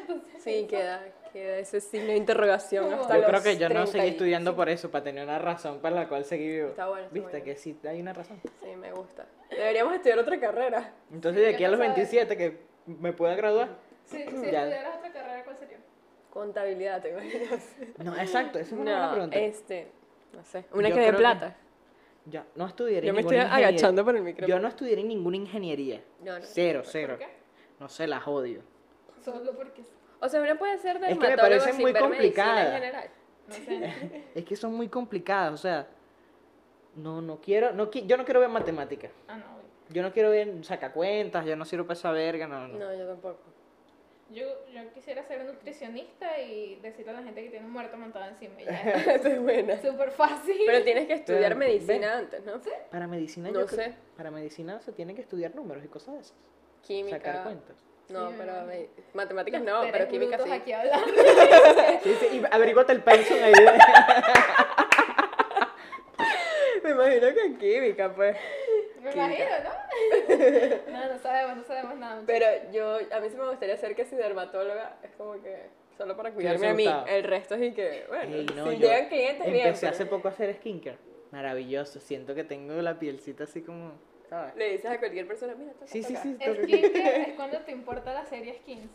Speaker 2: Entonces,
Speaker 1: Sí, queda, queda ese signo de interrogación.
Speaker 2: Como-
Speaker 1: Hasta
Speaker 3: Yo creo
Speaker 1: los
Speaker 3: que yo no
Speaker 1: 30
Speaker 3: seguí
Speaker 1: y-
Speaker 3: estudiando por eso, para tener una razón para la cual seguí vivo.
Speaker 1: Está bueno, está
Speaker 3: Viste
Speaker 1: bueno.
Speaker 3: que sí hay una razón.
Speaker 1: Sí, me gusta. Deberíamos estudiar otra carrera.
Speaker 3: Entonces
Speaker 2: Sí,
Speaker 3: de
Speaker 2: ya
Speaker 3: aquí a los
Speaker 2: pasaba.
Speaker 3: 27 que me pueda graduar.
Speaker 2: Si, si
Speaker 3: Ya.
Speaker 2: estudiaras otra carrera, ¿cuál sería?
Speaker 1: Contabilidad, te [LAUGHS] imaginas.
Speaker 3: No, exacto, esa es una buena
Speaker 1: No,
Speaker 3: pregunta.
Speaker 1: este, no sé, una
Speaker 3: Yo
Speaker 1: que dé
Speaker 3: creo que-
Speaker 1: plata.
Speaker 3: Yo no estudiaré
Speaker 1: Yo me estoy agachando por el
Speaker 3: Yo
Speaker 1: micrófono.
Speaker 3: no estudiaré ninguna ingeniería.
Speaker 1: No, no.
Speaker 3: Cero,
Speaker 2: ¿Por
Speaker 3: cero.
Speaker 2: qué?
Speaker 3: No sé, las odio.
Speaker 2: Solo porque...
Speaker 1: O sea, uno puede ser
Speaker 3: que me
Speaker 1: dermatólogo
Speaker 3: parece
Speaker 1: sin
Speaker 3: muy
Speaker 1: ver medicina
Speaker 3: complicada.
Speaker 1: En general.
Speaker 2: No sé.
Speaker 3: Es que son muy complicadas, o sea, no, no quiero, no, qui- yo no quiero ver matemáticas.
Speaker 2: Ah, no.
Speaker 3: Yo no quiero ver sacacuentas, yo no sirvo para esa verga, no, no.
Speaker 1: No, yo
Speaker 3: [LAUGHS]
Speaker 1: tampoco. [LAUGHS]
Speaker 2: Yo, yo quisiera ser nutricionista y decirle a la gente que tiene un muerto montado encima. y ya.
Speaker 1: [LAUGHS] Eso es buena.
Speaker 2: Es súper fácil.
Speaker 1: Pero tienes que estudiar
Speaker 3: Pero,
Speaker 1: medicina antes, ¿no?
Speaker 3: Para medicina
Speaker 1: No
Speaker 3: yo creo-
Speaker 1: sé.
Speaker 3: Para medicina se tienen que estudiar números y cosas de esas.
Speaker 1: Química.
Speaker 3: Sacar cuentas.
Speaker 1: No,
Speaker 2: Sí,
Speaker 1: pero
Speaker 2: verdad.
Speaker 1: me- matemáticas no,
Speaker 2: Los
Speaker 1: pero
Speaker 2: seres
Speaker 1: química sí.
Speaker 2: brutos aquí hablando. [LAUGHS]
Speaker 3: Sí, sí, y averíguate el pensum ahí.
Speaker 1: [LAUGHS] Me imagino que química, pues.
Speaker 2: Me
Speaker 1: Química.
Speaker 2: imagino, ¿no?
Speaker 3: [LAUGHS]
Speaker 2: No, no sabemos, no sabemos nada.
Speaker 1: Pero yo, a mí sí me gustaría ser que si dermatóloga es como que solo para cuidarme
Speaker 3: hubiese
Speaker 1: a mí.
Speaker 3: gustado.
Speaker 1: El resto es y que, bueno,
Speaker 3: Ey, no,
Speaker 1: si
Speaker 3: yo
Speaker 1: llegan clientes, bien.
Speaker 3: Empecé
Speaker 1: pero
Speaker 3: hace poco a hacer skincare. Maravilloso, siento que tengo la pielcita así como, ¿sabes?
Speaker 1: Le dices a cualquier persona, mira, toca,
Speaker 3: Sí, sí,
Speaker 1: toca".
Speaker 3: sí.
Speaker 2: Skincare es cuando te importa la serie Skins.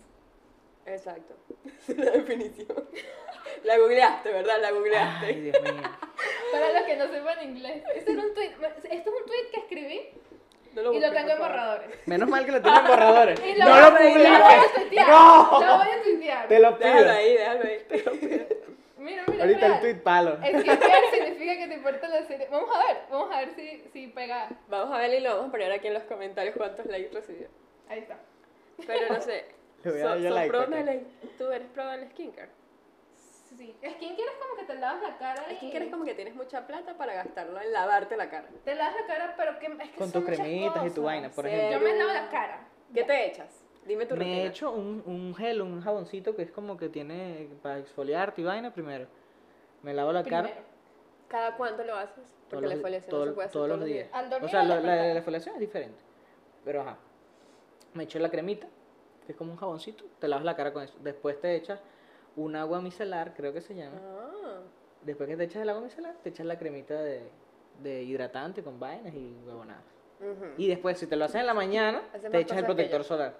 Speaker 1: Exacto. [LAUGHS] La definición. La googleaste, ¿verdad? La googleaste.
Speaker 3: Ay, Dios mío.
Speaker 2: Para los que no sepan inglés. Este era un tweet. Esto es un tweet que escribí
Speaker 1: No
Speaker 2: y lo
Speaker 1: busques,
Speaker 2: tengo en
Speaker 1: por favor.
Speaker 2: borradores.
Speaker 1: [LAUGHS]
Speaker 3: Menos mal que lo tienen borradores.
Speaker 2: Y
Speaker 3: No lo
Speaker 2: voy a-
Speaker 3: publiques.
Speaker 2: Lo voy a tuitear.
Speaker 3: No.
Speaker 2: Lo voy a tuitear. real.
Speaker 3: Te lo
Speaker 1: Déjalo
Speaker 3: pido.
Speaker 1: ahí, déjalo ahí.
Speaker 2: Mira, mira,
Speaker 3: Ahorita el
Speaker 2: real.
Speaker 3: tweet palo.
Speaker 2: Existencial significa que te importa la serie. Vamos a ver, vamos a ver si, si pega.
Speaker 1: Vamos a ver y lo vamos a poner aquí en los comentarios cuántos likes recibió.
Speaker 2: Ahí está.
Speaker 1: Pero no sé.
Speaker 3: [LAUGHS] Le voy a dar
Speaker 1: son-
Speaker 3: yo
Speaker 1: son
Speaker 3: like,
Speaker 1: pro
Speaker 3: ok.
Speaker 1: en el- ¿Tú eres pro en el skincare?
Speaker 2: Sí. Skincare es como que te lavas la cara.
Speaker 1: El
Speaker 2: y-
Speaker 1: skincare es como que tienes mucha plata para gastarlo en lavarte la cara.
Speaker 2: Te lavas la cara, pero que es que
Speaker 3: Con
Speaker 2: son
Speaker 3: tus
Speaker 2: muchas
Speaker 3: cremitas y tu
Speaker 2: cosas.
Speaker 3: vaina, por
Speaker 1: Sí.
Speaker 2: Yo
Speaker 3: ejemplo.
Speaker 2: me lavo la cara.
Speaker 1: ¿Qué te echas? Dime tu
Speaker 3: Me
Speaker 1: rutina.
Speaker 3: he hecho un, un gel, un jaboncito que es como que tiene para exfoliarte y vaina primero. Me lavo la cara
Speaker 2: Primero.
Speaker 1: ¿Cada cuánto lo haces?
Speaker 3: todos
Speaker 1: Porque la
Speaker 3: los-
Speaker 1: exfoliación
Speaker 3: todo-
Speaker 1: no se puede hacer
Speaker 3: todos los días.
Speaker 2: Al dormir
Speaker 3: O sea,
Speaker 2: o
Speaker 3: lo-
Speaker 2: al
Speaker 3: la,
Speaker 2: despertar.
Speaker 3: la exfoliación es diferente. Pero ajá. Me echo la cremita, que es como un jaboncito, te lavas la cara con eso. Después te echas un agua micelar, creo que se llama.
Speaker 1: Ah,
Speaker 3: Después que te echas el agua micelar, te echas la cremita de, de hidratante con vainas y huevonadas.
Speaker 1: ujú,
Speaker 3: Y después, si te lo haces en la mañana,
Speaker 1: Hace
Speaker 3: te
Speaker 1: más
Speaker 3: echas el
Speaker 1: cosas que
Speaker 3: protector
Speaker 1: yo.
Speaker 3: solar.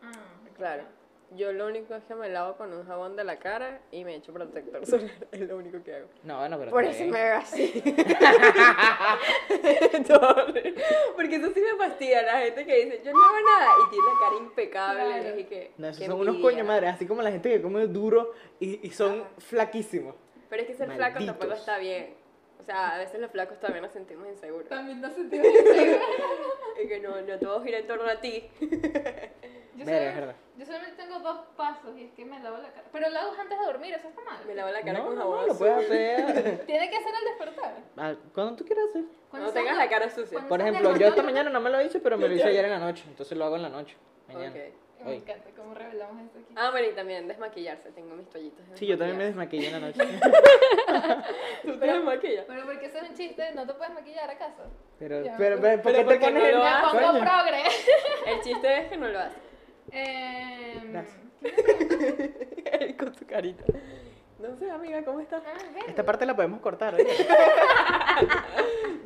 Speaker 2: Mm.
Speaker 1: Claro. Yo lo único es que me lavo con un jabón de la cara y me echo protector [LAUGHS] solar. Es lo único que hago.
Speaker 3: No, bueno, pero
Speaker 1: Por
Speaker 3: está
Speaker 1: eso
Speaker 3: bien.
Speaker 1: me veo
Speaker 3: [LAUGHS]
Speaker 1: así. [LAUGHS] Doble. Porque eso sí me fastidia la gente que dice, yo no hago nada. Y tiene la cara impecable.
Speaker 2: Claro.
Speaker 1: Y que,
Speaker 3: No, esos
Speaker 1: qué
Speaker 3: son unos
Speaker 1: envidia.
Speaker 3: coño madre, así como la gente que come duro y, y son flaquísimos.
Speaker 1: Pero es que ser flaco tampoco
Speaker 3: Malditos.
Speaker 1: está bien. O sea, a veces los flacos también nos sentimos inseguros.
Speaker 2: También no
Speaker 1: [LAUGHS]
Speaker 2: sentí insegura.
Speaker 1: Y que no, no todo gira en torno a ti.
Speaker 2: Yo,
Speaker 3: Verga, es
Speaker 2: solamente-
Speaker 3: verdad.
Speaker 2: yo solamente tengo dos pasos y es que me lavo la cara. Pero lo hago antes de dormir, eso está mal.
Speaker 1: Me lavo la cara
Speaker 3: No, no,
Speaker 1: con
Speaker 3: no,
Speaker 1: jabón.
Speaker 3: lo
Speaker 1: azul. [LAUGHS]
Speaker 3: puedes hacer
Speaker 2: Tiene que hacer al despertar.
Speaker 3: ah, cuando tú quieras hacer.
Speaker 1: No tengas la cara sucia.
Speaker 2: cuando-
Speaker 3: Por ejemplo, yo esta mañana no me lo hice, pero me lo hice ayer en la noche. Entonces lo hago en la noche. Mañana.
Speaker 1: Ok.
Speaker 2: Me
Speaker 3: Hoy.
Speaker 2: encanta cómo revelamos esto aquí.
Speaker 1: Ah, bueno, y también desmaquillarse. Tengo mis toallitas. de
Speaker 3: Sí, yo también me
Speaker 1: desmaquillarse.
Speaker 3: desmaquillé en la noche.
Speaker 1: [LAUGHS]
Speaker 3: [LAUGHS]
Speaker 1: ¿Tú te desmaquillas?
Speaker 2: Pero porque eso es un chiste, ¿no te puedes maquillar acaso?
Speaker 3: Pero,
Speaker 2: Ya.
Speaker 3: pero, pero, ¿por
Speaker 1: Pero
Speaker 3: qué
Speaker 1: ¿por
Speaker 3: te
Speaker 1: qué
Speaker 3: pones
Speaker 1: no
Speaker 3: el
Speaker 1: lo
Speaker 2: Me
Speaker 1: haces?
Speaker 2: pongo
Speaker 3: coño?
Speaker 2: progre.
Speaker 3: [LAUGHS]
Speaker 1: El chiste es que no lo haces.
Speaker 2: Em,
Speaker 3: Gracias.
Speaker 1: Él con su carita. No sé, amiga, ¿cómo estás?
Speaker 2: ah, bueno.
Speaker 3: Esta parte la podemos
Speaker 1: [LAUGHS]
Speaker 3: cortar. oye.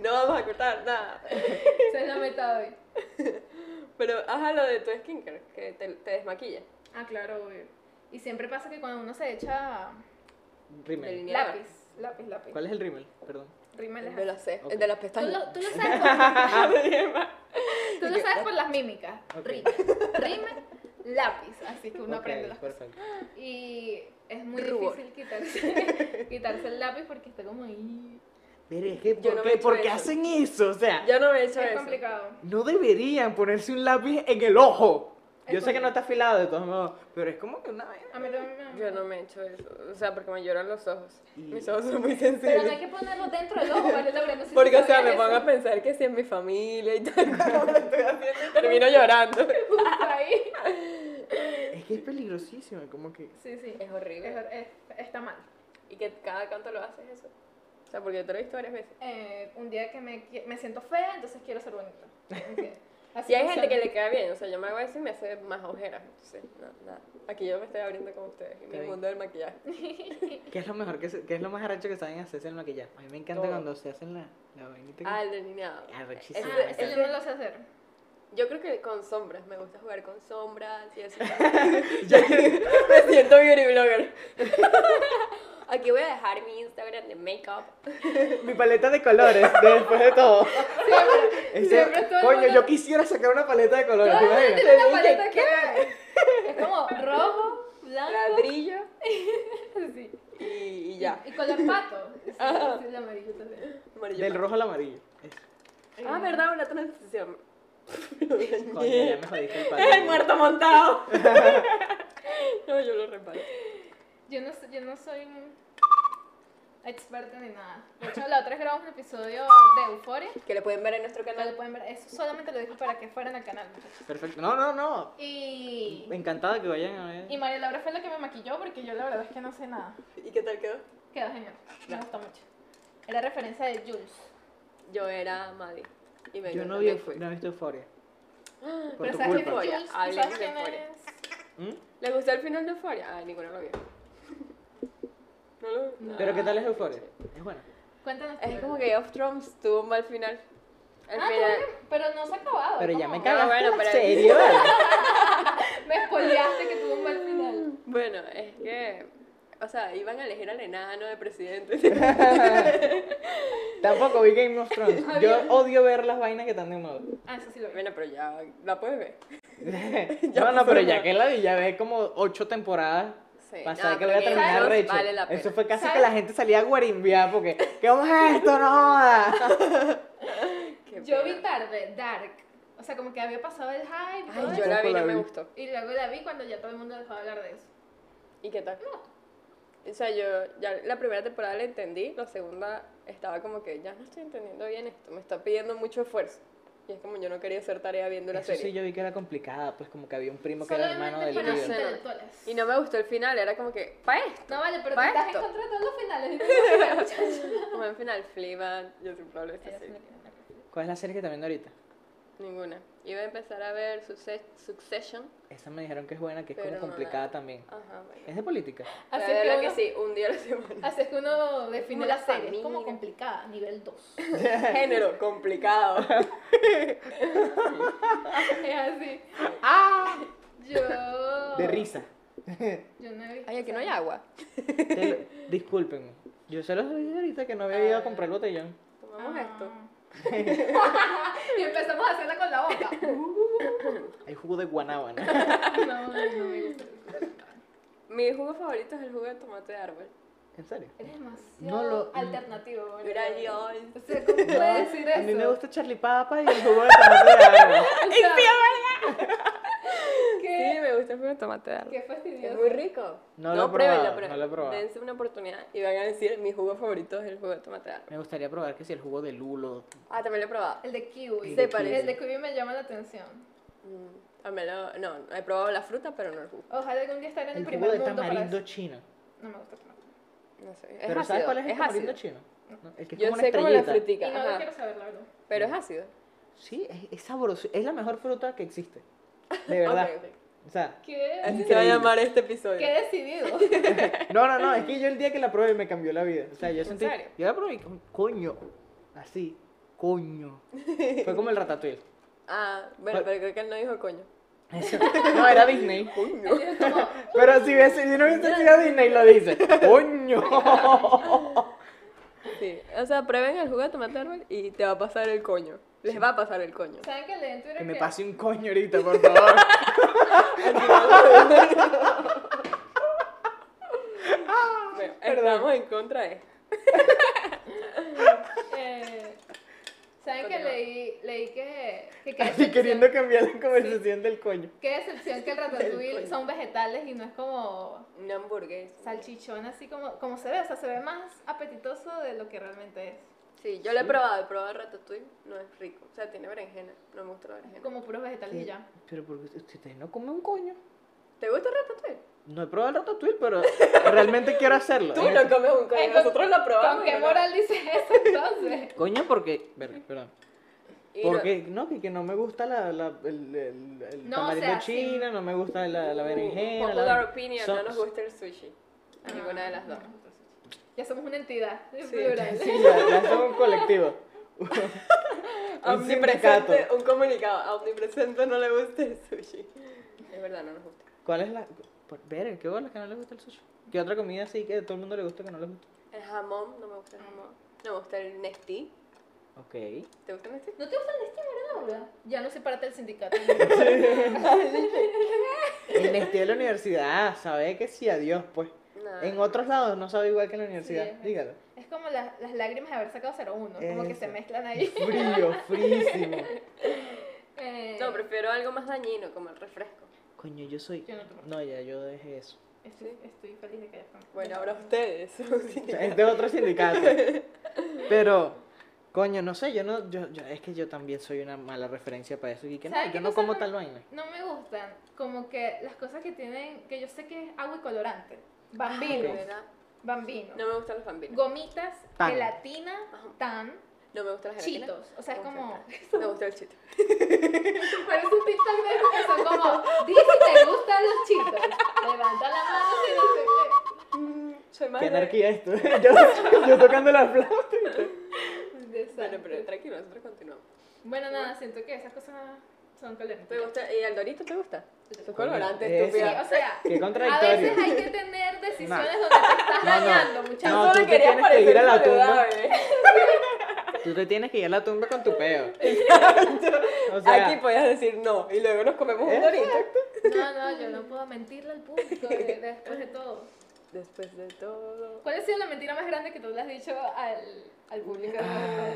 Speaker 1: No vamos a cortar nada.
Speaker 2: Esa es la meta hoy.
Speaker 1: Pero ajá, lo de tu skincare, que te, te desmaquillas.
Speaker 2: Ah, claro, obvio. Y siempre pasa que cuando uno se echa
Speaker 3: Rimmel.
Speaker 2: lápiz, lápiz, lápiz,
Speaker 3: ¿Cuál es el rímel? Perdón.
Speaker 2: rímel es
Speaker 1: Me lo
Speaker 2: así.
Speaker 1: sé.
Speaker 3: Ok.
Speaker 1: El de las
Speaker 2: Tú
Speaker 1: pestañas.
Speaker 2: lo, tú lo
Speaker 1: [LAUGHS]
Speaker 2: sabes por,
Speaker 1: Ah, me dije mal.
Speaker 2: tú lo sabes por las mímicas.
Speaker 3: Ok.
Speaker 2: Rímel, rímel, lápiz. Así que uno
Speaker 3: Ok,
Speaker 2: aprende las cosas.
Speaker 1: [LAUGHS]
Speaker 3: perfecto.
Speaker 2: Y es muy
Speaker 1: Rubor.
Speaker 2: difícil quitarse, [LAUGHS] quitarse el lápiz porque está como ahí.
Speaker 3: Pero es que,
Speaker 1: Yo
Speaker 3: ¿por
Speaker 1: no me
Speaker 3: qué,
Speaker 1: he hecho
Speaker 3: por qué
Speaker 1: eso.
Speaker 3: hacen eso? O
Speaker 1: [LAUGHS]
Speaker 3: sea,
Speaker 1: Yo no me he hecho
Speaker 2: Es
Speaker 1: eso.
Speaker 2: complicado.
Speaker 3: no deberían ponerse un lápiz en el ojo.
Speaker 2: Es
Speaker 3: Yo sé que
Speaker 2: complicado.
Speaker 3: no está afilado de todos modos, pero es como que una vaina.
Speaker 2: A mí también me-
Speaker 1: Yo no me he hecho eso. O sea, porque me lloran los ojos.
Speaker 3: Y-
Speaker 1: Mis ojos son muy
Speaker 2: Pero no hay
Speaker 1: sensibles.
Speaker 2: que ponerlo dentro del ojo, ¿vale, Laura? No sé si
Speaker 1: Porque, o sea,
Speaker 2: sabías
Speaker 1: me pongo
Speaker 2: eso.
Speaker 1: a pensar que si en mi familia y tal, [LAUGHS] como lo estoy haciendo, y termino llorando.
Speaker 2: Justo ahí.
Speaker 1: [LAUGHS]
Speaker 3: Es que es peligrosísimo, como que.
Speaker 2: Sí, sí.
Speaker 1: Es horrible.
Speaker 2: Es- es- está mal.
Speaker 1: Y que cada canto lo haces eso. O sea, porque yo te lo he visto varias veces.
Speaker 2: Eh, un día que me, qui- me siento fea, entonces quiero ser bonita.
Speaker 1: [LAUGHS]
Speaker 2: Ok. Así
Speaker 1: Si hay gente
Speaker 2: funciona.
Speaker 1: que le queda bien, o sea, yo me hago eso y me hace más ojeras. Entonces, no, nada. Aquí yo me estoy abriendo con ustedes en
Speaker 3: Está
Speaker 1: el
Speaker 3: bien.
Speaker 1: mundo del maquillaje.
Speaker 3: ¿Qué es lo mejor que, se- qué es lo más arrecho que saben hacerse el maquillaje? A mí me encanta
Speaker 1: Todo.
Speaker 3: cuando se hacen la, la vainita. que-
Speaker 1: Ah, el delineado.
Speaker 3: Arrechísimo,
Speaker 1: Ese-
Speaker 2: Ah,
Speaker 3: me
Speaker 2: eso
Speaker 1: ese-
Speaker 2: yo no lo
Speaker 1: [LAUGHS]
Speaker 2: sé hacer.
Speaker 1: yo creo que con sombras, me gusta jugar con sombras y así. [LAUGHS]
Speaker 3: Ya- [LAUGHS]
Speaker 1: me siento beauty blogger. [LAUGHS] Aquí voy a dejar mi Instagram de makeup.
Speaker 3: mi paleta de colores, después de todo.
Speaker 2: Siempre.
Speaker 3: Ese-
Speaker 2: Siempre todo el
Speaker 3: coño,
Speaker 2: mundo-
Speaker 3: yo quisiera sacar una paleta de colores.
Speaker 2: Todo
Speaker 3: ¿te
Speaker 2: el mundo
Speaker 3: imaginas?
Speaker 2: tiene una paleta que Es como rojo, blanco.
Speaker 1: Ladrillo
Speaker 2: Sí.
Speaker 1: y, y ya.
Speaker 2: Y
Speaker 1: [LAUGHS]
Speaker 2: color pato. Sí,
Speaker 1: Ajá.
Speaker 2: sí, el amarillo también.
Speaker 1: Amarillo
Speaker 3: Del
Speaker 1: más.
Speaker 3: rojo al amarillo. Eso.
Speaker 1: Ah, verdad, una transición.
Speaker 3: Eh.
Speaker 1: [LAUGHS]
Speaker 3: Coño, ya me jodiste el
Speaker 1: Es el
Speaker 3: palo.
Speaker 1: muerto
Speaker 3: [LAUGHS]
Speaker 1: montado. no, yo lo reparo.
Speaker 2: Yo no, sé- yo no soy un experta ni nada. De hecho, la otra vez grabamos un episodio de Euforia.
Speaker 1: Que lo pueden ver en nuestro
Speaker 2: No lo
Speaker 1: canal.
Speaker 2: pueden ver. Eso solamente lo dije para que fueran al canal. muchachos.
Speaker 3: Perfecto. No, no, no.
Speaker 2: Y,
Speaker 3: Encantada que vayan a ver.
Speaker 2: y María Laura fue la que me maquilló porque yo la verdad es que no sé nada.
Speaker 1: ¿Y qué tal quedó?
Speaker 2: Quedó genial. Me gustó mucho. Era referencia de Jules.
Speaker 1: Yo era Maddie. Y me
Speaker 3: Yo no vi
Speaker 1: vi
Speaker 3: eufo- no he visto euforia.
Speaker 1: Ah,
Speaker 3: Por
Speaker 2: Pero
Speaker 3: tu
Speaker 2: sabes quién
Speaker 3: culpa.
Speaker 2: es
Speaker 1: Euforia.
Speaker 2: Jules, ¿Y
Speaker 1: Hablemos
Speaker 2: sabes
Speaker 1: de
Speaker 2: quién
Speaker 1: Euforia.
Speaker 2: es.
Speaker 3: ¿Mm?
Speaker 1: ¿Le gustó el final de Euphoria? Ah, ninguno lo vio. [LAUGHS] No lo no.
Speaker 3: Pero ¿qué tal es euforia? Es buena.
Speaker 2: Cuéntanos. tú,
Speaker 1: Es como
Speaker 2: Laura.
Speaker 1: que Game of Thrones tuvo un mal final. Al
Speaker 2: Ah,
Speaker 1: final.
Speaker 2: también, pero no se ha acabado.
Speaker 3: Pero ya
Speaker 2: ¿cómo?
Speaker 3: me cagaste
Speaker 1: bueno,
Speaker 3: la
Speaker 1: pero- [LAUGHS]
Speaker 3: serie, ¿vale?
Speaker 2: Me spoileaste que tuvo un mal final.
Speaker 1: [LAUGHS] Bueno, es que. O sea, iban a elegir al enano de presidente.
Speaker 3: [LAUGHS] Tampoco vi
Speaker 1: [LAUGHS]
Speaker 3: Game of Thrones. Yo odio ver las vainas que están de moda.
Speaker 2: Ah, eso sí lo vi.
Speaker 1: bueno, pero ya la puedes ver. Ya
Speaker 3: no, no, pero
Speaker 1: pasó
Speaker 3: ya
Speaker 1: la-
Speaker 3: que la ya ve como ocho temporadas.
Speaker 1: Sí,
Speaker 3: Para saber
Speaker 1: no,
Speaker 3: que lo voy a
Speaker 1: porque
Speaker 3: terminar
Speaker 1: no
Speaker 3: recho.
Speaker 1: Vale la pena.
Speaker 3: Eso fue casi que
Speaker 2: ¿Sabes?
Speaker 3: la gente salía a guarimbiar porque. ¿Qué vamos a esto?
Speaker 1: [LAUGHS]
Speaker 3: ¡No! joda!
Speaker 1: Qué
Speaker 2: Yo
Speaker 1: pena.
Speaker 2: vi tarde Dark. O sea, como que había pasado el hype. todo
Speaker 1: Ay, yo
Speaker 2: eso,
Speaker 1: la vi,
Speaker 3: Tampoco la
Speaker 1: no me
Speaker 3: vi.
Speaker 1: gustó.
Speaker 2: Y luego la vi cuando ya todo el mundo dejó de hablar de eso.
Speaker 1: ¿Y qué tal? O sea, yo ya la primera temporada la entendí, la segunda estaba como que ya no estoy entendiendo bien esto, me está pidiendo mucho esfuerzo. Y es como yo no quería hacer tarea viendo la
Speaker 3: Eso
Speaker 1: serie.
Speaker 3: sí, yo vi que era complicada, pues como que había un primo que
Speaker 2: Solo
Speaker 3: era
Speaker 2: era una
Speaker 3: hermano del
Speaker 2: temporada.
Speaker 1: No sé,
Speaker 3: tío.
Speaker 1: no.
Speaker 2: Intelectuales.
Speaker 1: Y no me gustó el final, era como que, ¿pa' esto? [LAUGHS]
Speaker 2: No vale, pero tú
Speaker 1: ¿Pa'
Speaker 2: estás en
Speaker 1: esto?
Speaker 2: contra de todos los
Speaker 1: [LAUGHS]
Speaker 2: finales. Eres
Speaker 1: Como en final, Fleabag, yo siempre hablo de esta serie.
Speaker 2: una criminal.
Speaker 3: ¿Cuál es la serie que está viendo ahorita?
Speaker 1: Ninguna. Iba a empezar a ver Succe- Succession.
Speaker 3: Esa me dijeron que es buena, que es como
Speaker 1: Pero no,
Speaker 3: complicada
Speaker 1: no.
Speaker 3: también.
Speaker 1: Ajá, bueno.
Speaker 3: Es de política.
Speaker 1: Así
Speaker 2: Así que
Speaker 1: que
Speaker 2: uno-
Speaker 1: sí, un día a la [LAUGHS] semana.
Speaker 2: Así es que uno define
Speaker 1: Como
Speaker 2: la
Speaker 1: la
Speaker 2: serie. Es como
Speaker 1: familia.
Speaker 2: complicada,
Speaker 1: [LAUGHS]
Speaker 2: nivel 2.
Speaker 1: Género [LAUGHS] complicado.
Speaker 2: [LAUGHS] es así.
Speaker 3: ¡Ah!
Speaker 2: Yo.
Speaker 3: De risa.
Speaker 2: Yo no he visto.
Speaker 1: Ay, aquí no hay
Speaker 2: esa-
Speaker 1: agua.
Speaker 3: Te lo- Discúlpenme. Yo se los dije ahorita que no había ido a comprar el botellón.
Speaker 1: Tomamos esto.
Speaker 2: [LAUGHS] y empezamos a hacerla con la boca.
Speaker 1: [LAUGHS]
Speaker 3: Hay jugo de guanábana.
Speaker 2: no, no me gusta.
Speaker 1: Mi jugo favorito es el jugo de tomate de árbol.
Speaker 3: ¿En serio?
Speaker 2: Eres demasiado
Speaker 3: No lo-
Speaker 2: alternativo, boludo.
Speaker 1: Mira, Dios.
Speaker 2: O sea, ¿cómo puedes decir eso?
Speaker 3: A mí me gusta Charlie Papa y el jugo de tomate de árbol.
Speaker 2: O sea,
Speaker 1: Sí,
Speaker 2: ¿Qué?
Speaker 1: me gusta el jugo de tomate de árbol.
Speaker 2: Qué fastidioso.
Speaker 1: Es muy rico.
Speaker 3: No lo he
Speaker 1: pruébenlo,
Speaker 3: probado,
Speaker 1: pruébenlo.
Speaker 3: no lo he probado.
Speaker 1: Dense una oportunidad y van a decir, mi jugo favorito es el jugo de tomate de árbol.
Speaker 3: Me gustaría probar que si el jugo de lulo.
Speaker 1: Ah, también lo he probado.
Speaker 2: El de kiwi.
Speaker 1: El de Se parece. kiwi.
Speaker 2: El de kiwi me llama la atención.
Speaker 1: Mm, También lo, no, no, he probado la fruta, pero no el jugo.
Speaker 2: Ojalá algún día estar en el,
Speaker 3: El jugo
Speaker 2: primer
Speaker 3: de
Speaker 2: mundo para
Speaker 3: tamarindo
Speaker 2: eso.
Speaker 3: chino.
Speaker 2: No me gusta tomar.
Speaker 1: No sé. Es
Speaker 3: Pero
Speaker 1: ácido.
Speaker 3: ¿sabes cuál es el
Speaker 1: ácido.
Speaker 3: tamarindo chino? No, El que es
Speaker 1: Yo
Speaker 3: como una
Speaker 1: sé como la
Speaker 3: estrellita.
Speaker 1: frutica.
Speaker 2: Y no
Speaker 1: ajá,
Speaker 2: lo quiero saber, la verdad.
Speaker 1: Pero es ácido.
Speaker 3: sí, es, es sabroso. Es la mejor fruta que existe. De verdad.
Speaker 1: [LAUGHS] Ok, ok.
Speaker 3: O sea,
Speaker 2: ¿Qué?
Speaker 1: Así se va a
Speaker 3: Increíble.
Speaker 1: llamar este episodio.
Speaker 2: ¿Qué decidido? [LAUGHS]
Speaker 3: no, no, no. Es que yo el día que la probé me cambió la vida. O sea, yo sentí.
Speaker 1: serio?
Speaker 3: Yo la probé y co- coño. Así. Coño. Fue como el ratatouille.
Speaker 1: Ah, bueno,
Speaker 3: Bueno.
Speaker 1: pero creo que él no dijo coño.
Speaker 3: Eso. No, era Disney.
Speaker 1: Coño.
Speaker 2: Es como,
Speaker 3: Pero si, ves, si no hubiese sido Disney, lo dice. Coño.
Speaker 1: Sí. O sea, prueben el jugo de tomate de árbol y te va a pasar el coño. Les va a pasar el coño.
Speaker 2: ¿saben que le en Twitter
Speaker 3: Que me
Speaker 2: que-
Speaker 3: pase un coño ahorita, por favor.
Speaker 1: Bueno, estamos en contra de esto.
Speaker 2: Eh, ¿Saben que
Speaker 1: Continúa.
Speaker 2: leí, leí que, que qué,
Speaker 3: [LAUGHS] Así
Speaker 2: decepción,
Speaker 3: queriendo cambiar la conversación del coño.
Speaker 2: qué decepción que
Speaker 3: [LAUGHS]
Speaker 2: el ratatouille
Speaker 1: coño.
Speaker 2: son vegetales y no es como
Speaker 1: Una hamburguesa.
Speaker 2: salchichón así como, como se ve, o sea, se ve más apetitoso de lo que realmente es.
Speaker 1: Sí, yo lo he probado, he probado ratatouille, no es rico. O sea, tiene berenjena, no me gusta la berenjena.
Speaker 2: Como puros vegetales y ya.
Speaker 3: Pero porque usted no come un coño.
Speaker 1: ¿Te gusta el ratatouille?
Speaker 3: No he probado el ratatouille, pero realmente quiero hacerlo.
Speaker 1: Tú no comes un coño,
Speaker 2: Ay, con-
Speaker 1: nosotros lo probamos.
Speaker 2: ¿Con
Speaker 1: y
Speaker 2: qué
Speaker 1: no lo-
Speaker 2: moral dices eso [LAUGHS] entonces?
Speaker 3: Coño, porque. Verga, perdón.
Speaker 1: y no-
Speaker 3: Porque no, que, que no me gusta la, la- el, el, el
Speaker 2: No, o
Speaker 3: tamarindo
Speaker 2: sea, sí.
Speaker 3: china, no me gusta la, la
Speaker 1: Uh,
Speaker 3: berenjena. la-
Speaker 1: Popular opinion,
Speaker 3: son-
Speaker 1: no nos gusta el sushi. A
Speaker 2: Ah.
Speaker 1: ninguna de las dos.
Speaker 2: Ya somos una entidad de
Speaker 1: Sí.
Speaker 2: plural.
Speaker 3: [LAUGHS] Sí, ya, ya somos un colectivo. un sindicato.
Speaker 1: Omnipresente, un comunicado. A omnipresente no le gusta el sushi. Es verdad, no nos gusta.
Speaker 3: ¿Cuál es la.? por- Verga, qué bolas que no le gusta el sushi. ¿Qué otra comida así que a todo el mundo le gusta que no le gusta?
Speaker 1: El jamón, no me gusta el jamón. No me gusta el nestí.
Speaker 3: Ok.
Speaker 1: ¿Te gusta el [LAUGHS] nestí?
Speaker 2: ¿No te gusta el destino, verdad, Laura? Ya no sé parte del [LAUGHS] sindicato.
Speaker 3: En este de la universidad, sabe que sí, adiós, pues.
Speaker 1: No.
Speaker 3: En otros lados no sabe igual que en la
Speaker 2: Ah. Sí,
Speaker 3: universidad,
Speaker 2: es
Speaker 3: dígalo.
Speaker 2: Es como las, las lágrimas de haber sacado 01, como que se
Speaker 3: Eso.
Speaker 2: mezclan [LAUGHS] ahí.
Speaker 3: Frío,
Speaker 2: [LAUGHS]
Speaker 3: frísimo.
Speaker 2: Eh,
Speaker 1: No, prefiero algo más dañino, como el refresco.
Speaker 3: Coño, yo soy.
Speaker 2: Yo no tomo.
Speaker 3: No, ya, yo dejé eso.
Speaker 2: Estoy, estoy feliz de que hayas comido.
Speaker 1: Bueno, ahora ustedes. [LAUGHS]
Speaker 3: O sea, es de otro sindicato. Pero, coño, no sé, yo no. Yo, yo- es que yo también soy una mala referencia para eso. Y que no,
Speaker 2: ¿Sabes
Speaker 3: yo
Speaker 2: qué
Speaker 3: no
Speaker 2: cosa
Speaker 3: como
Speaker 2: no-
Speaker 3: tal vaina.
Speaker 2: No me gustan como que las cosas que tienen, que yo sé que es agua y colorante. Bambino,
Speaker 1: De verdad,
Speaker 2: bambino.
Speaker 1: No me gustan los bambinos.
Speaker 2: Gomitas,
Speaker 3: Tan.
Speaker 2: gelatina, tan,
Speaker 1: No me gustan las gelatinas.
Speaker 2: chitos. O sea, es
Speaker 1: Me
Speaker 2: como...
Speaker 1: gusta el- Me gusta el chito.
Speaker 2: Pero esos TikTok de esos que son como, di si te gustan los chitos. Levanta la mano si no sé
Speaker 3: Mm,
Speaker 1: Soy más
Speaker 3: Qué
Speaker 1: de-
Speaker 3: anarquía esto. [LAUGHS] yo, yo tocando la flauta.
Speaker 2: qué.
Speaker 1: Bueno,
Speaker 2: Desastre.
Speaker 1: pero tranquilo, nosotros continuamos.
Speaker 2: Bueno, nada, siento que esas cosas son colorantes.
Speaker 1: ¿Te gusta? ¿Y el dorito te gusta? Es
Speaker 3: Eso.
Speaker 1: colorante,
Speaker 2: Sí,
Speaker 1: estúpida.
Speaker 2: o sea,
Speaker 1: [LAUGHS]
Speaker 3: Qué
Speaker 2: a
Speaker 3: contradictorio.
Speaker 2: veces hay que tener decisiones
Speaker 3: No.
Speaker 2: donde te estás
Speaker 3: No, no.
Speaker 2: dañando,
Speaker 1: ¿eh?
Speaker 2: muchachos.
Speaker 3: No, tú te tienes que ir a la tumba.
Speaker 1: saludable.
Speaker 3: Tú te tienes que ir a la tumba con
Speaker 1: [LAUGHS]
Speaker 3: tu peo. O sea,
Speaker 1: Aquí podías decir no y luego nos comemos un
Speaker 3: ¿Eh?
Speaker 1: dorito.
Speaker 2: No, no, yo no puedo mentirle al público de- después de todo.
Speaker 1: Después de todo.
Speaker 2: ¿Cuál ha sido la mentira más grande que tú le has dicho al, al público?
Speaker 3: Ah.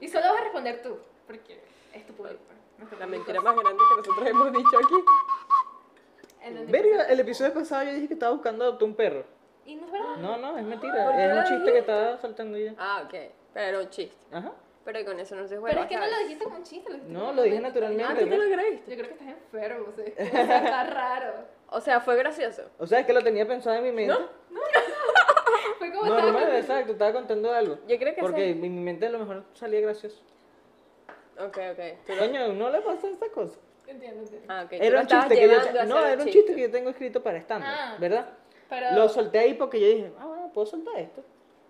Speaker 2: Y solo vas a responder tú, porque es tu público. pues, nuestro
Speaker 1: La
Speaker 2: público.
Speaker 1: mentira más grande que nosotros hemos dicho aquí.
Speaker 2: El donde-
Speaker 3: verga, el episodio pasado yo dije que estaba buscando adoptar un perro.
Speaker 2: Y no es verdad.
Speaker 3: No, no,
Speaker 1: ¿Por
Speaker 3: es mentira.
Speaker 1: qué
Speaker 3: Es
Speaker 1: lo
Speaker 3: un chiste que estaba saltando ya.
Speaker 1: Ah, ok. Pero era un chiste.
Speaker 3: Ajá.
Speaker 1: Pero con eso no se juega.
Speaker 2: Pero es que no lo
Speaker 1: ¿sabes?
Speaker 2: dijiste como un chiste. Lo dijiste
Speaker 3: No,
Speaker 2: como
Speaker 3: lo dije
Speaker 2: un-
Speaker 1: Ah,
Speaker 3: naturalmente.
Speaker 1: ¿tú te lo
Speaker 2: Yo
Speaker 1: creíste?
Speaker 2: creo que estás enfermo, sí. O sea, [LAUGHS] está raro.
Speaker 1: O sea, fue gracioso.
Speaker 3: O sea, es que lo tenía pensado en mi mente.
Speaker 2: Fue como
Speaker 3: No,
Speaker 2: estaba
Speaker 3: no,
Speaker 2: con-
Speaker 3: exacto, estaba contando algo.
Speaker 1: Yo creo que
Speaker 3: Porque
Speaker 1: sí.
Speaker 3: en mi mente a lo mejor salía gracioso.
Speaker 1: Ok, ok. Tú lo-
Speaker 3: Coño, no le pasa esa cosa.
Speaker 2: Entiendo, entiendo.
Speaker 1: Ah, ok. Tú lo
Speaker 3: Era un
Speaker 1: estabas
Speaker 3: chiste que
Speaker 1: llevando a
Speaker 3: yo. No,
Speaker 1: hacer
Speaker 3: era un chiste que yo tengo escrito para stand
Speaker 2: Ah.
Speaker 3: ¿verdad?
Speaker 2: Pero
Speaker 3: Lo solté ahí porque yo dije, ah, bueno, puedo soltar esto.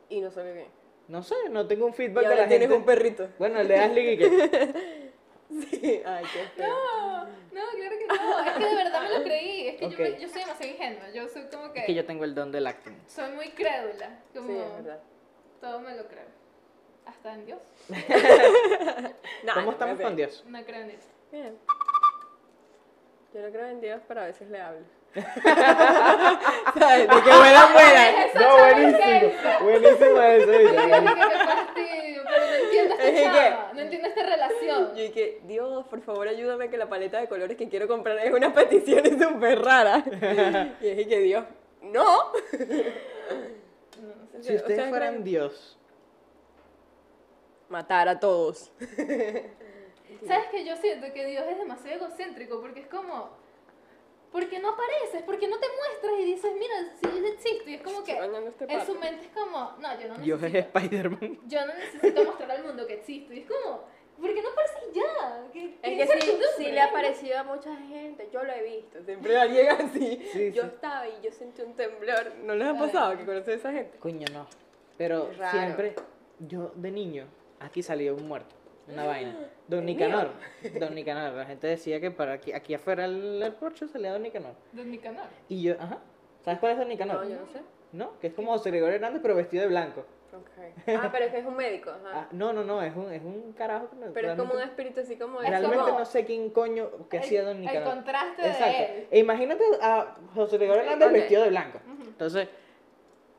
Speaker 1: Y no salió bien.
Speaker 3: No sé, no tengo un
Speaker 1: Y
Speaker 3: feedback de
Speaker 1: ahora
Speaker 3: la
Speaker 1: tienes
Speaker 3: gente.
Speaker 1: un
Speaker 3: [LAUGHS]
Speaker 1: perrito.
Speaker 3: Bueno, le das like
Speaker 1: [LAUGHS]
Speaker 3: y que.
Speaker 1: Sí. Ay, qué feo.
Speaker 2: No, no, claro que no. Es que de verdad me lo creí. Es que yo
Speaker 3: Ok.
Speaker 2: me- yo, soy demasiado ingenua. Yo soy como que.
Speaker 3: Es que yo tengo el don del acting.
Speaker 2: Soy muy crédula. Como
Speaker 1: Sí, es verdad.
Speaker 2: todo me lo creo. Hasta en Dios.
Speaker 1: No,
Speaker 3: ¿Cómo
Speaker 1: no
Speaker 3: estamos
Speaker 1: creo. [LAUGHS]
Speaker 3: con Dios?
Speaker 2: No creo en Dios.
Speaker 1: Bien. Yo no creo en Dios, pero a veces le hablo.
Speaker 3: [LAUGHS] De que buena,
Speaker 2: buena.
Speaker 3: No, buenísimo.
Speaker 1: [LAUGHS]
Speaker 3: Buenísimo eso.
Speaker 2: Ay,
Speaker 3: dice.
Speaker 2: qué fastidio, pero no entiendo a
Speaker 1: Es que-
Speaker 2: esta chava, no entiendo esta
Speaker 1: Yo
Speaker 2: relación.
Speaker 1: dije, Dios, por favor ayúdame que la paleta de colores que quiero comprar es una [LAUGHS] petición súper
Speaker 3: [LAUGHS]
Speaker 1: rara. Y dije que Dios, no.
Speaker 3: Si ustedes fueran
Speaker 1: creen-
Speaker 3: Dios.
Speaker 1: Matar a todos.
Speaker 2: ¿Sabes que yo siento que Dios es demasiado egocéntrico? Porque es como, ¿por qué no apareces? ¿Por qué no te muestras y dices, mira, si yo existo? Y es como que
Speaker 1: Estoy bañando este
Speaker 2: en su
Speaker 1: pato.
Speaker 2: mente es como, no, yo no
Speaker 3: Dios es
Speaker 2: necesito,
Speaker 3: Spider-Man.
Speaker 2: yo no necesito mostrar al mundo que existo. Y es como, ¿por qué no apareces ya? ¿Qué- qué
Speaker 1: Es que sí, [LAUGHS]
Speaker 2: incertidumbre?
Speaker 1: sí le ha parecido a mucha gente, yo lo he visto, siempre alguien así.
Speaker 3: Sí,
Speaker 1: yo
Speaker 3: sí.
Speaker 1: estaba y yo sentí un temblor. ¿No les ha pasado que conoces a esa gente?
Speaker 3: Coño, no. Pero
Speaker 1: Es raro.
Speaker 3: siempre, yo de niño, aquí salió un muerto.
Speaker 1: [GASPS]
Speaker 3: Una vaina. Don Nicanor. Don Nicanor. La gente decía que para aquí, aquí afuera el, el porche salía Don Nicanor.
Speaker 2: De mi canal.
Speaker 3: Y yo, ajá. ¿Sabes cuál es Don Nicanor?
Speaker 1: No, yo no sé.
Speaker 3: ¿No? Que es como José Gregorio Hernández, pero vestido de blanco. [LAUGHS]
Speaker 1: Ah, pero es que es un médico. ajá.
Speaker 3: Ah, no, no, no, es un, es un carajo. que no-
Speaker 1: pero es como un
Speaker 3: realmente-
Speaker 1: espíritu así como... es
Speaker 3: Realmente
Speaker 1: como-
Speaker 3: no sé quién coño que
Speaker 2: El-
Speaker 3: hacía Don
Speaker 2: El
Speaker 3: Nicanor.
Speaker 2: contraste de
Speaker 3: Exacto.
Speaker 2: él.
Speaker 3: E imagínate a José Gregorio Hernández
Speaker 1: Ok.
Speaker 3: vestido de blanco. Entonces,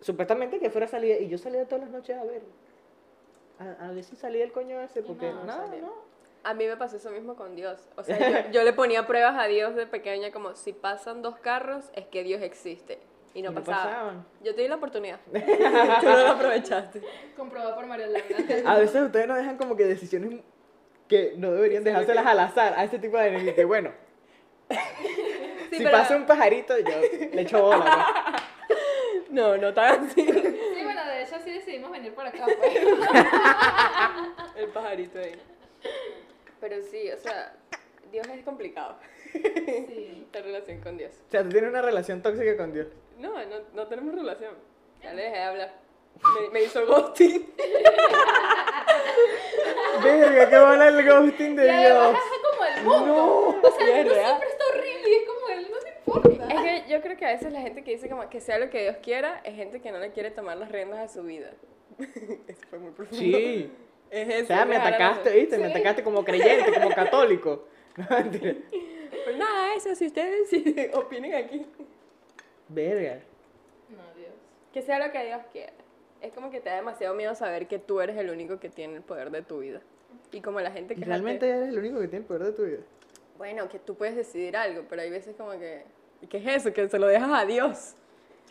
Speaker 3: supuestamente que fuera salida, y yo salía todas las noches a ver. A, a ver si salía el coño ese, porque
Speaker 2: no,
Speaker 3: no, no,
Speaker 1: salía. A mí me pasó eso mismo con Dios. O
Speaker 3: [LAUGHS]
Speaker 1: sea, yo, yo le ponía pruebas a Dios de pequeña como si pasan dos carros es que Dios existe. Y no,
Speaker 3: Y no
Speaker 1: pasaba.
Speaker 3: pasaban.
Speaker 1: Yo te di la
Speaker 3: [LAUGHS]
Speaker 1: oportunidad. Tú no la aprovechaste.
Speaker 2: Comprobado por María
Speaker 3: [LAUGHS]
Speaker 2: Laura.
Speaker 3: A veces ustedes nos dejan como que decisiones que no deberían dejárselas al azar a este tipo de energía. Que bueno,
Speaker 1: [LAUGHS] Sí,
Speaker 3: si
Speaker 1: pero-
Speaker 3: pasa un pajarito, yo le echo
Speaker 1: [LAUGHS]
Speaker 3: bola.
Speaker 1: No, no tan así.
Speaker 2: Sí, bueno, de hecho sí decidimos venir por acá. Pues.
Speaker 1: El pajarito ahí. Pero sí, o sea, Dios es complicado.
Speaker 2: Sí.
Speaker 1: La relación con Dios.
Speaker 3: ¿no? O sea, tú tienes una relación tóxica con Dios.
Speaker 1: No, no, no tenemos relación. Ya le dejé de hablar. Me, me hizo [LAUGHS] ghosting.
Speaker 3: Verga, qué bola el ghosting de
Speaker 2: Y además
Speaker 3: Dios.
Speaker 2: es como el
Speaker 1: [LAUGHS]
Speaker 3: No.
Speaker 2: mundo. O sea,
Speaker 1: Y es
Speaker 2: el mundo
Speaker 1: real.
Speaker 2: siempre está horrible y es como él no te importa.
Speaker 1: Es que yo creo que a veces la gente que dice como que sea lo que Dios quiera es gente que no le quiere tomar las riendas a su vida. [LAUGHS] Eso fue muy profundo.
Speaker 3: Sí.
Speaker 1: Es eso,
Speaker 3: O sea, me
Speaker 1: claro.
Speaker 3: atacaste, ¿viste? Me atacaste como creyente, como católico. [LAUGHS] No, mentira.
Speaker 1: Pues nada, eso, si ustedes [LAUGHS] sí, opinen aquí.
Speaker 3: Verga.
Speaker 2: No, Dios.
Speaker 1: Que sea lo que Dios quiera. Es como que te da demasiado miedo saber que tú eres el único que tiene el poder de tu vida. Y como la gente
Speaker 3: Y
Speaker 1: que...
Speaker 3: realmente eres el único que tiene el poder de tu vida.
Speaker 1: Bueno, que tú puedes decidir algo, pero hay veces como que... ¿Y qué es eso? Que se lo dejas a Dios.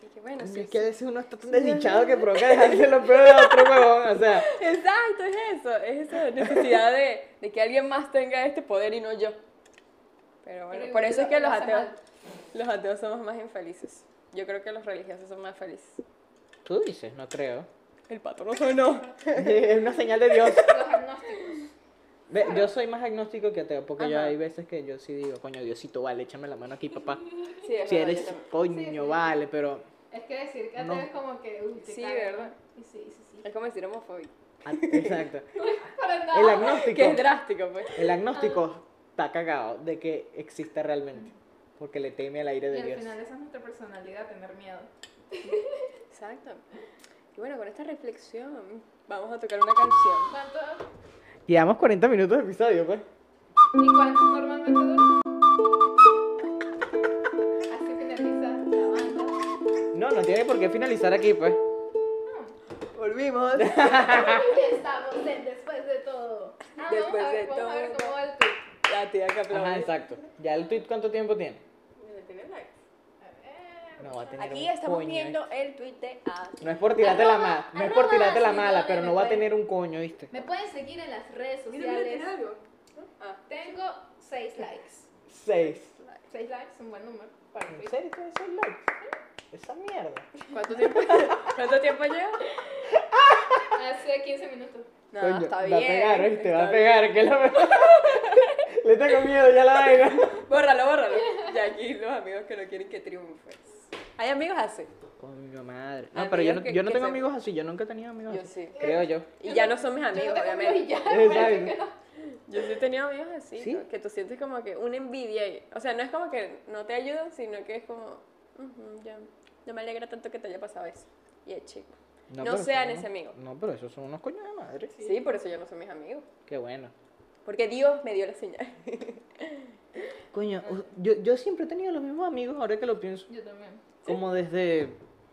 Speaker 1: Y que bueno, sí,
Speaker 3: es
Speaker 1: sí.
Speaker 3: que a veces uno está tan desdichado que provoca dejarse lo peor de otro huevón. O sea,
Speaker 1: [LAUGHS] Exacto, es eso. Es esa necesidad de, de que alguien más tenga este poder y no yo. Pero bueno,
Speaker 2: Pero
Speaker 1: por eso es que
Speaker 2: igual
Speaker 1: los
Speaker 2: lo hace
Speaker 1: ateos,
Speaker 2: mal. [LAUGHS]
Speaker 1: los ateos somos más infelices. Yo creo que los religiosos son más felices.
Speaker 3: [LAUGHS] tú dices, no creo.
Speaker 1: El pato no sonó.
Speaker 3: [LAUGHS] Es una señal de Dios.
Speaker 2: Los agnósticos.
Speaker 3: Ve, Yo soy más agnóstico que ateo, porque yo
Speaker 1: Ajá.
Speaker 3: hay veces que yo sí digo, coño, Diosito, vale, échame la mano aquí, papá.
Speaker 1: Sí, es
Speaker 3: Si
Speaker 1: verdad, yo
Speaker 3: eres
Speaker 1: también.
Speaker 2: Sí, sí.
Speaker 3: coño, vale, pero
Speaker 2: Es que decir que ateo
Speaker 3: No.
Speaker 2: es como que. Uy, te
Speaker 1: Sí,
Speaker 2: cago, ¿no?
Speaker 1: ¿verdad?
Speaker 2: Y sí, sí, sí.
Speaker 1: Es como decir homofóbico.
Speaker 3: [LAUGHS] a- exacto.
Speaker 2: Para nada.
Speaker 3: El agnóstico,
Speaker 1: Que es drástico, pues.
Speaker 3: el agnóstico está cagado de que exista realmente, porque le teme al aire
Speaker 2: Y
Speaker 3: de
Speaker 2: al
Speaker 3: Dios.
Speaker 2: final esa es nuestra personalidad, tener miedo.
Speaker 1: Exacto. bueno, con esta reflexión vamos a tocar una canción.
Speaker 2: ¿Cuánto?
Speaker 3: Llevamos 40 minutos de episodio, pues.
Speaker 2: ¿Y cuánto normalmente dura? Así finaliza la banda. [LAUGHS]
Speaker 3: No, no tiene por qué finalizar aquí, pues.
Speaker 1: Volvimos.
Speaker 2: Y estamos en Después de todo. Ah, vamos
Speaker 1: Después
Speaker 2: a ver,
Speaker 1: de
Speaker 2: vamos a ver
Speaker 1: todo.
Speaker 2: cómo va el tweet.
Speaker 1: [LAUGHS] La tía que aplaude.
Speaker 3: Ajá, exacto. ¿Ya el tweet cuánto tiempo tiene?
Speaker 1: ¿Tiene likes?
Speaker 2: A ver.
Speaker 3: No va a tener
Speaker 1: Aquí
Speaker 3: un
Speaker 1: estamos
Speaker 3: coño, ¿eh?
Speaker 1: viendo el tweet de A.
Speaker 3: No es por tirarte la
Speaker 2: Arroba-
Speaker 3: mala, no es por
Speaker 2: arroba
Speaker 3: tirarte la
Speaker 2: así,
Speaker 3: mala,
Speaker 2: dale,
Speaker 3: pero no
Speaker 2: me
Speaker 3: va a
Speaker 2: puede.
Speaker 3: tener un coño, ¿viste?
Speaker 2: Me pueden seguir en las redes sociales. Tengo 6 likes.
Speaker 3: Seis.
Speaker 2: 6 likes es un buen número para el
Speaker 3: ¿En
Speaker 2: tweet.
Speaker 3: serio tienes seis likes? Esa mierda.
Speaker 1: ¿Cuánto tiempo, [LAUGHS] ¿Cuánto tiempo lleva?
Speaker 2: Hace 15 minutos.
Speaker 1: No,
Speaker 3: Coño,
Speaker 1: está
Speaker 3: va
Speaker 1: bien.
Speaker 3: a pegar, ¿viste? Va
Speaker 1: está
Speaker 3: a
Speaker 1: bien.
Speaker 3: pegar, que es lo mejor. [LAUGHS] Le tengo miedo ya la vaina.
Speaker 1: Bórralo, bórralo. Y aquí los amigos que no quieren que triunfes. Hay amigos así.
Speaker 3: Coño madre. No, pero yo
Speaker 1: Amigos
Speaker 3: no,
Speaker 1: que-
Speaker 3: yo no
Speaker 1: que
Speaker 3: tengo
Speaker 1: se-
Speaker 3: amigos así, yo nunca he tenido amigos
Speaker 1: Yo
Speaker 3: así.
Speaker 1: sí.
Speaker 3: Creo yo.
Speaker 1: Y ya no son mis amigos,
Speaker 2: Yo no tengo
Speaker 1: obviamente.
Speaker 2: amigos y ya,
Speaker 3: Exacto.
Speaker 2: parece que no.
Speaker 1: Yo sí he tenido amigos así,
Speaker 3: ¿Sí?
Speaker 1: ¿no? que tú sientes como que una envidia. ahí. O sea, no es como que no te ayudan, sino que es como, "Ujú, ya, no me alegra tanto que te haya pasado eso. Y es chico. No,
Speaker 3: pero
Speaker 1: sean
Speaker 3: son
Speaker 1: ese amigo.
Speaker 3: No, pero esos son unos coños de madre.
Speaker 1: Sí. por eso yo no soy mis amigos.
Speaker 3: Qué bueno.
Speaker 1: Porque Dios me dio la señal. [LAUGHS]
Speaker 3: Coño, o- yo, yo siempre he tenido los mismos amigos, ahora que lo pienso.
Speaker 2: Yo también.
Speaker 3: Como desde,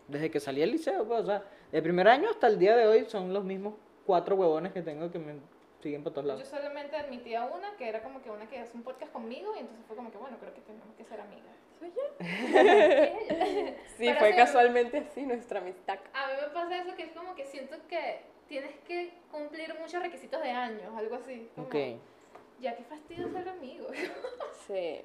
Speaker 3: desde que salí del liceo, pues, o sea, de primer año hasta el día de hoy son los mismos cuatro huevones que tengo que me siguen por todos
Speaker 2: Yo
Speaker 3: lados.
Speaker 2: solamente admitía una que era como que una que hace un podcast conmigo y entonces fue como que bueno, creo que tenemos que ser amigas.
Speaker 1: ¿Soy
Speaker 2: yo?
Speaker 1: Sí,
Speaker 2: Pero
Speaker 1: fue
Speaker 2: sí,
Speaker 1: casualmente así nuestra amistad.
Speaker 2: [LAUGHS] A mí me pasa eso que es como que siento que tienes que cumplir muchos requisitos de años, algo así. Como,
Speaker 3: Ok.
Speaker 2: Ya qué fastidio ser amigo.
Speaker 1: Sí.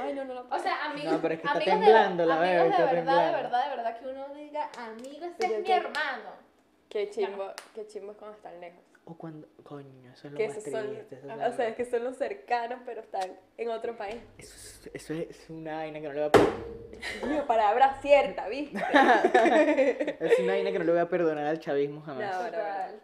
Speaker 1: Ay, no, no, no.
Speaker 2: O sea, amigos.
Speaker 3: No, pero es que está
Speaker 2: amigos de-
Speaker 3: temblando la bebé,
Speaker 2: amigos de
Speaker 3: está
Speaker 2: verdad,
Speaker 3: temblando.
Speaker 2: de verdad, de verdad, que uno diga, amigo, ese
Speaker 1: Pero
Speaker 2: es mi
Speaker 1: que-
Speaker 2: hermano.
Speaker 1: Qué chimbo, qué chimbo es cuando están lejos.
Speaker 3: O cuando, coño, eso es lo
Speaker 1: Que
Speaker 3: más
Speaker 1: esos son, Ah,
Speaker 3: triste. eso es
Speaker 1: o
Speaker 3: lo-
Speaker 1: sea, es que son los cercanos, pero están en otro país.
Speaker 3: eso, es- eso es una vaina que no le voy
Speaker 1: [LAUGHS]
Speaker 3: a perdonar.
Speaker 1: Mío, palabra cierta,
Speaker 3: [LAUGHS]
Speaker 1: ¿viste?
Speaker 3: Es una vaina que no le voy a perdonar al chavismo jamás.
Speaker 1: No, Ahora,
Speaker 2: Total.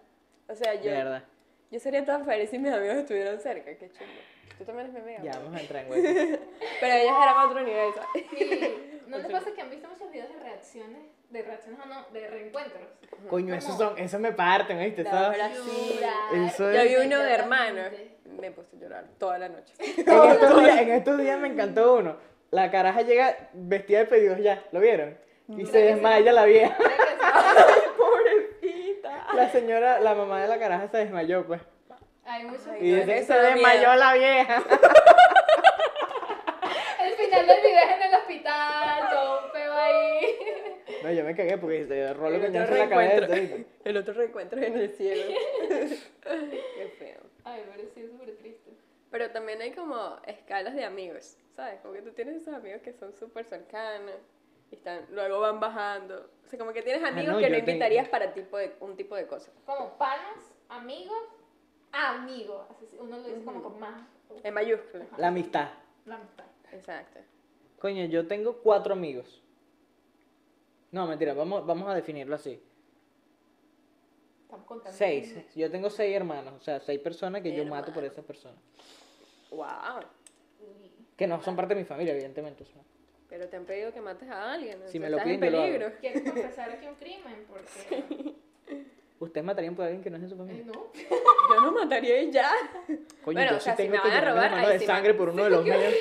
Speaker 1: O sea,
Speaker 3: de
Speaker 1: yo,
Speaker 3: verdad.
Speaker 1: yo sería tan feliz si mis amigos estuvieran cerca, qué chimbo. Tú también eres mi amiga.
Speaker 3: Ya
Speaker 1: ¿no?
Speaker 3: vamos a entrar
Speaker 1: [LAUGHS]
Speaker 3: en hueco.
Speaker 1: Pero ellos eran otro nivel, [LAUGHS] ¿sabes?
Speaker 2: Sí. ¿No les
Speaker 1: Entonces-
Speaker 2: pasa que han visto muchos videos de reacciones, de reacciones o no, de reencuentros?
Speaker 3: Coño, eso, son, eso me parten, ¿viste?
Speaker 1: No,
Speaker 3: Eso-
Speaker 1: ahora sí.
Speaker 3: Eso
Speaker 1: Yo vi uno de
Speaker 2: Inmediatamente.
Speaker 1: hermanos. Me puse a llorar toda la noche.
Speaker 3: [LAUGHS] En estos, días, en estos días me encantó uno. La caraja llega vestida de pedidos ya, ¿lo vieron? Y se desmaya la vieja.
Speaker 2: Creo que sí.
Speaker 1: Pobrecita.
Speaker 3: La señora, la mamá de la caraja se desmayó, pues.
Speaker 2: Hay muchos
Speaker 3: Y
Speaker 2: videos.
Speaker 3: dice que
Speaker 1: eso
Speaker 3: se
Speaker 1: da
Speaker 3: desmayó
Speaker 1: miedo. [LAUGHS]
Speaker 3: la vieja.
Speaker 2: El final del video es en el hospital, todo un peo ahí.
Speaker 3: No, yo me cagué porque se roló
Speaker 1: El
Speaker 3: con
Speaker 1: otro
Speaker 3: en la
Speaker 1: reencuentro.
Speaker 3: cabeza. ¿viste?
Speaker 1: El otro reencuentro en el cielo. Qué feo.
Speaker 2: Ay, pero sí, es súper triste.
Speaker 1: Pero también hay como escalas de amigos, ¿sabes? Como que tú tienes esos amigos que son súper cercanos y están, luego van bajando. O sea, como que tienes amigos
Speaker 3: Ah, no,
Speaker 1: que
Speaker 3: yo
Speaker 1: no
Speaker 3: tengo-
Speaker 1: invitarías para tipo de, un tipo de cosas.
Speaker 2: Como panos, amigos, amigos. Así sí, uno lo dice como con más
Speaker 1: En mayúscula.
Speaker 3: La amistad.
Speaker 2: la amistad.
Speaker 1: Exacto.
Speaker 3: Coño, yo tengo cuatro amigos. No, mentira, vamos, vamos a definirlo así.
Speaker 2: Estamos contando.
Speaker 3: Seis. Yo tengo seis hermanos, o sea, seis personas que yo mato
Speaker 1: Hermano.
Speaker 3: por esas personas.
Speaker 1: ¡Wow!
Speaker 2: Y-
Speaker 3: Que no son parte de mi familia, evidentemente. o sea.
Speaker 1: Pero te han pedido que mates a alguien.
Speaker 3: Si
Speaker 1: o sea,
Speaker 3: me lo
Speaker 1: estás en
Speaker 3: piden, yo lo hago.
Speaker 1: peligro. [LAUGHS]
Speaker 2: Quiero confesar aquí un crimen porque.
Speaker 3: ¿Ustedes matarían por alguien que no es de su
Speaker 2: eh,
Speaker 3: familia?
Speaker 2: no.
Speaker 1: Yo no mataría y ya.
Speaker 3: Coño,
Speaker 1: Bueno,
Speaker 3: yo
Speaker 1: o
Speaker 3: sí
Speaker 1: sea, si
Speaker 3: tengo
Speaker 1: me
Speaker 3: que
Speaker 1: van a
Speaker 3: llevarme la
Speaker 1: robar,
Speaker 3: mano
Speaker 1: ahí
Speaker 3: de
Speaker 1: sí
Speaker 3: sangre por uno de los medios.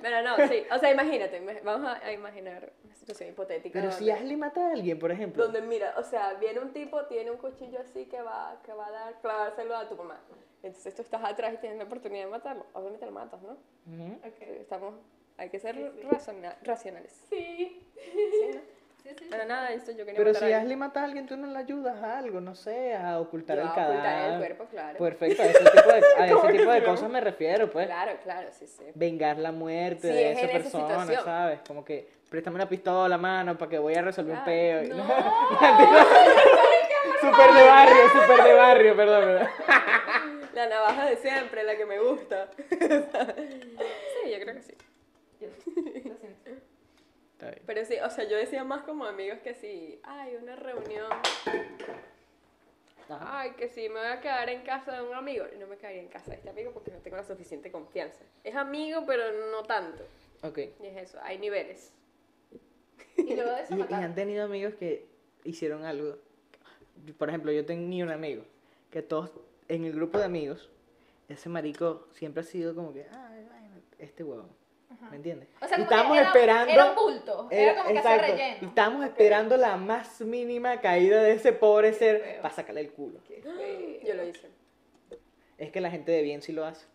Speaker 1: Bueno, no, sí. O sea, imagínate. me- Vamos a, a imaginar una situación hipotética.
Speaker 3: Pero
Speaker 1: donde-
Speaker 3: si Ashley mata a alguien, por ejemplo.
Speaker 1: Donde mira, o sea, viene un tipo, tiene un cuchillo así que va, que va a dar, clavárselo a tu mamá. Entonces tú estás atrás y tienes la oportunidad de matarlo. Obviamente lo matas, ¿no?
Speaker 3: Ujú.
Speaker 2: Ok.
Speaker 1: Estamos, hay que ser
Speaker 2: Sí, sí.
Speaker 1: razona-
Speaker 2: [LAUGHS]
Speaker 1: racionales.
Speaker 2: Sí.
Speaker 1: ¿sí, no?
Speaker 2: Sí, sí, sí.
Speaker 1: Pero nada, eso yo quería
Speaker 3: Pero
Speaker 1: matar
Speaker 3: si
Speaker 1: a alguien.
Speaker 3: Ashley mata a alguien, tú no le ayudas a algo, no sé, a ocultar
Speaker 1: Yo
Speaker 3: el
Speaker 1: a
Speaker 3: cadáver.
Speaker 1: ocultar el cuerpo, claro.
Speaker 3: Perfecto, a ese tipo de, a
Speaker 1: ¿Cómo
Speaker 3: ese tipo
Speaker 1: que
Speaker 3: de
Speaker 1: no?
Speaker 3: cosas me refiero, pues.
Speaker 1: Claro, claro, sí, sí.
Speaker 3: Vengar la
Speaker 1: Sí,
Speaker 3: muerte de
Speaker 1: es
Speaker 3: esa
Speaker 1: en esa
Speaker 3: persona,
Speaker 1: situación.
Speaker 3: ¿sabes? Como que, préstame una pistola, mano, para que voy a resolver un
Speaker 1: Ah,
Speaker 3: peo. y-
Speaker 2: No.
Speaker 3: Súper de barrio, súper de barrio, perdón. perdón.
Speaker 1: La navaja de siempre, la que me gusta. [LAUGHS] sí, yo creo que sí.
Speaker 2: Yo- Lo siento.
Speaker 3: Está bien.
Speaker 1: Pero sí, o sea, yo decía más como amigos que sí, hay una reunión,
Speaker 3: Ajá.
Speaker 1: ay, que sí, me voy a quedar en casa de un amigo. No me quedaría en casa de este amigo porque no tengo la suficiente confianza. Es amigo, pero no tanto.
Speaker 3: Ok.
Speaker 1: Y es eso, hay [GASPS] niveles.
Speaker 2: Y luego de eso
Speaker 3: Y, y
Speaker 2: matar.
Speaker 3: han tenido amigos que hicieron algo. yo- por ejemplo, yo tenía un amigo que todos en el grupo de amigos, ese marico siempre ha sido como que, "Ay, vaina, este huevón.
Speaker 2: Ajá.
Speaker 3: ¿Me entiendes?
Speaker 2: O sea,
Speaker 3: Y
Speaker 2: como que
Speaker 3: estábamos
Speaker 2: era,
Speaker 3: esperando.
Speaker 2: Era un bulto. Ah. Era,
Speaker 3: Era-
Speaker 2: como que
Speaker 3: exacto,
Speaker 2: hace relleno.
Speaker 3: Estábamos esperando la más mínima caída de ese pobre ser
Speaker 2: feo.
Speaker 3: para sacarle el culo.
Speaker 2: Qué feo.
Speaker 1: Yo lo hice.
Speaker 3: Es que la gente de bien sí lo hace.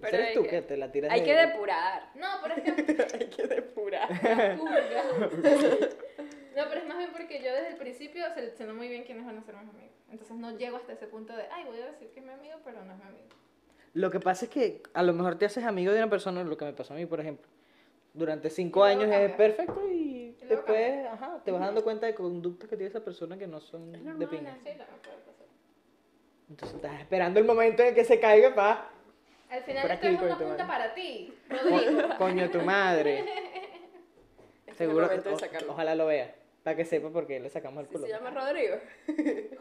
Speaker 1: Pero
Speaker 3: Eres
Speaker 1: hay
Speaker 3: tú
Speaker 1: que-
Speaker 3: que te la tiras
Speaker 1: Hay
Speaker 3: de-
Speaker 1: que depurar. [LAUGHS]
Speaker 2: No, pero es que
Speaker 1: hay que
Speaker 3: [LAUGHS]
Speaker 1: depurar.
Speaker 2: purga. No, pero es más bien porque yo desde el principio selecciono muy bien quiénes van a ser mis amigos. Entonces no llego hasta ese punto de, ay, voy a decir que es mi amigo, pero no es mi amigo.
Speaker 3: Lo que pasa es que a lo mejor te haces amigo de una persona, lo que me pasó a mí, por ejemplo. Durante cinco
Speaker 2: Y luego
Speaker 3: años es
Speaker 2: cambia.
Speaker 3: perfecto y,
Speaker 2: luego
Speaker 3: después ajá, te vas dando cuenta de conductas que tiene esa persona que no son de pinga.
Speaker 2: Sí, no, no puede pasar.
Speaker 3: Entonces estás esperando el momento en el que se caiga pa
Speaker 2: Al final
Speaker 3: Por
Speaker 2: esto
Speaker 3: aquí,
Speaker 2: es una
Speaker 3: coño,
Speaker 2: punta
Speaker 3: vale.
Speaker 2: para
Speaker 3: [LAUGHS]
Speaker 2: ti, Rodrigo.
Speaker 3: Co- coño tu
Speaker 1: [LAUGHS]
Speaker 3: madre.
Speaker 1: Este es el
Speaker 3: Seguro.
Speaker 1: momento de
Speaker 3: o-
Speaker 1: sacarlo.
Speaker 3: ojalá lo vea. Para que sepa por qué le sacamos el
Speaker 1: Sí,
Speaker 3: culo.
Speaker 1: se llama Rodrigo.
Speaker 2: Justamente.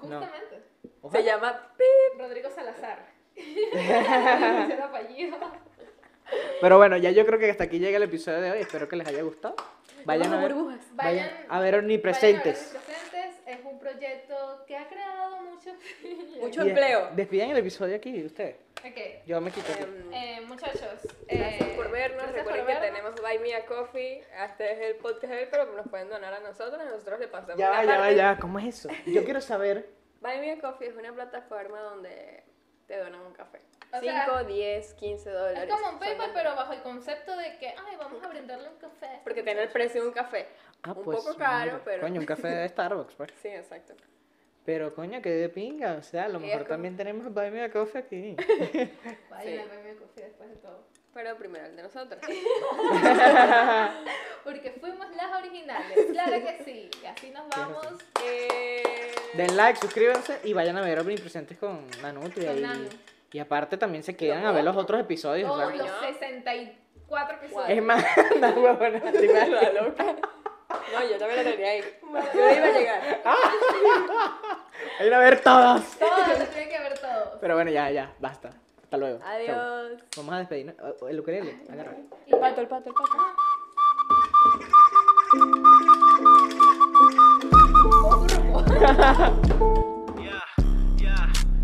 Speaker 3: Ojalá.
Speaker 1: Se llama
Speaker 2: Rodrigo
Speaker 3: [LAUGHS]
Speaker 2: Salazar. Se lo apellido.
Speaker 3: Pero bueno, ya yo creo que hasta aquí llega el episodio de hoy. Espero que les haya gustado. Vayan
Speaker 1: Vamos
Speaker 3: a ver.
Speaker 1: burbujas.
Speaker 3: Vayan
Speaker 2: Vayan-
Speaker 3: a ver Omnipresentes.
Speaker 2: Vayan a ver Omnipresentes. Es un proyecto que ha creado mucho.
Speaker 1: Mucho
Speaker 3: Y, eh,
Speaker 1: empleo.
Speaker 3: Despidan el episodio aquí ustedes.
Speaker 2: Ok.
Speaker 3: Yo me quito. aquí.
Speaker 1: Em,
Speaker 2: Eh, muchachos,
Speaker 1: Gracias
Speaker 2: eh,
Speaker 1: por vernos.
Speaker 2: gracias
Speaker 1: Recuerden
Speaker 2: por
Speaker 1: que
Speaker 2: vernos.
Speaker 1: tenemos Buy Me a Coffee. Este es el podcast de él, pero nos pueden donar a nosotros. Nosotros le pasamos
Speaker 3: Ya,
Speaker 1: una
Speaker 3: va, ya, va,
Speaker 1: parte.
Speaker 3: ya. va. ¿Cómo es eso? Yo quiero saber.
Speaker 1: Buy Me a Coffee es una plataforma donde te donan un café.
Speaker 2: O
Speaker 1: 5,
Speaker 2: sea,
Speaker 1: 10, 15 dólares.
Speaker 2: Es como un
Speaker 1: Son
Speaker 2: PayPal,
Speaker 1: las-
Speaker 2: pero bajo el concepto de que, ay, vamos a brindarle un café. a este
Speaker 1: Porque tiene el
Speaker 2: muchacho".
Speaker 1: precio de un café.
Speaker 3: Ah,
Speaker 1: Un
Speaker 3: pues,
Speaker 1: poco caro,
Speaker 3: mira,
Speaker 1: pero-
Speaker 3: Coño, un café
Speaker 1: [LAUGHS]
Speaker 3: de Starbucks, pues.
Speaker 1: Sí, exacto.
Speaker 3: Pero coño, que de pinga. O sea, a lo
Speaker 1: Sí, es
Speaker 3: mejor
Speaker 1: como-
Speaker 3: también tenemos Buy Me a Coffee aquí.
Speaker 2: Vayan
Speaker 1: Sí.
Speaker 2: a beber café después de todo.
Speaker 1: Pero primero el de
Speaker 2: [LAUGHS]
Speaker 1: nosotros.
Speaker 2: Porque fuimos las originales. Claro que sí. Y así nos
Speaker 3: Tienes
Speaker 2: vamos.
Speaker 1: Eh, [LAUGHS]
Speaker 3: Den like, suscríbanse y vayan a ver Omnipresentes con Nanutria.
Speaker 2: Con
Speaker 3: y,
Speaker 2: Nanu.
Speaker 3: y aparte también se quedan a ver los otros episodios. o sea,
Speaker 2: Todos
Speaker 1: Dios.
Speaker 2: los 64 episodios.
Speaker 3: Es más, [LAUGHS] una
Speaker 1: [LAUGHS]
Speaker 3: huevona. te imaginas.
Speaker 1: la loca. No, yo también la tenía
Speaker 2: [LAUGHS]
Speaker 1: ahí. Yo iba a llegar.
Speaker 3: Vayan a ver todos.
Speaker 2: Todos los tienen que ver todos.
Speaker 3: Pero bueno, ya, ya, basta. Hasta luego. Chao.
Speaker 1: Adiós.
Speaker 3: Vamos a despedirnos. Oh, El ukelele, agarra.
Speaker 1: El pato, el pato, el pato.
Speaker 4: Ya, ya,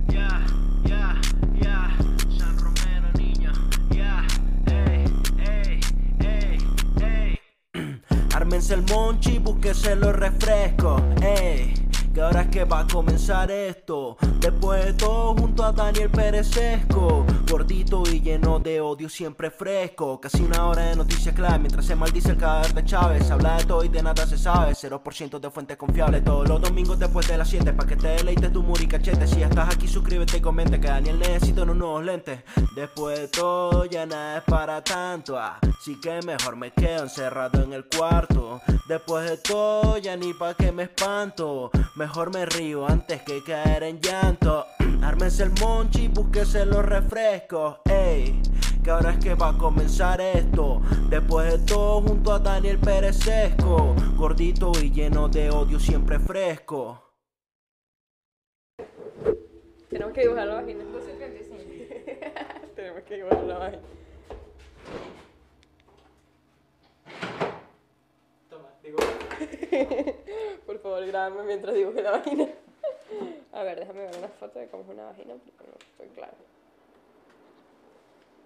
Speaker 4: ya, ya, ya, San Romero, niña. Ya, ey, ey, ey, ey. Ármense el monchi, búsquese los refrescos, ey. Que ahora es que va a comenzar esto. Después de todo, junto a Daniel Perezesco. Gordito y lleno de odio, siempre fresco. Casi una hora de noticias clave mientras se maldice el cadáver de Chávez. Se habla de todo y de nada se sabe. 0% de fuentes confiables. Todos los domingos después de las 7. Pa' que te deleites tu muri cachete. Si estás aquí, suscríbete y comenta que Daniel necesita unos nuevos lentes. Después de todo, ya nada es para tanto. ah. Así que mejor me quedo encerrado en el cuarto. Después de todo, ya ni pa' que me espanto. Mejor me río antes que caer en llanto. [CLEARS THROAT] Ármense el monchi, búsquese los refrescos. Ey, que ahora es que va a comenzar esto. Después de todo, junto a Daniel Perezesco. Gordito y lleno de odio, siempre fresco.
Speaker 1: Tenemos que dibujar la vagina.
Speaker 2: 235.
Speaker 1: Tenemos que dibujar la vagina.
Speaker 3: Toma, digo.
Speaker 1: [LAUGHS] Por favor, grábame mientras dibujo la vagina. A ver, déjame ver una foto de cómo es una vagina porque no estoy clara.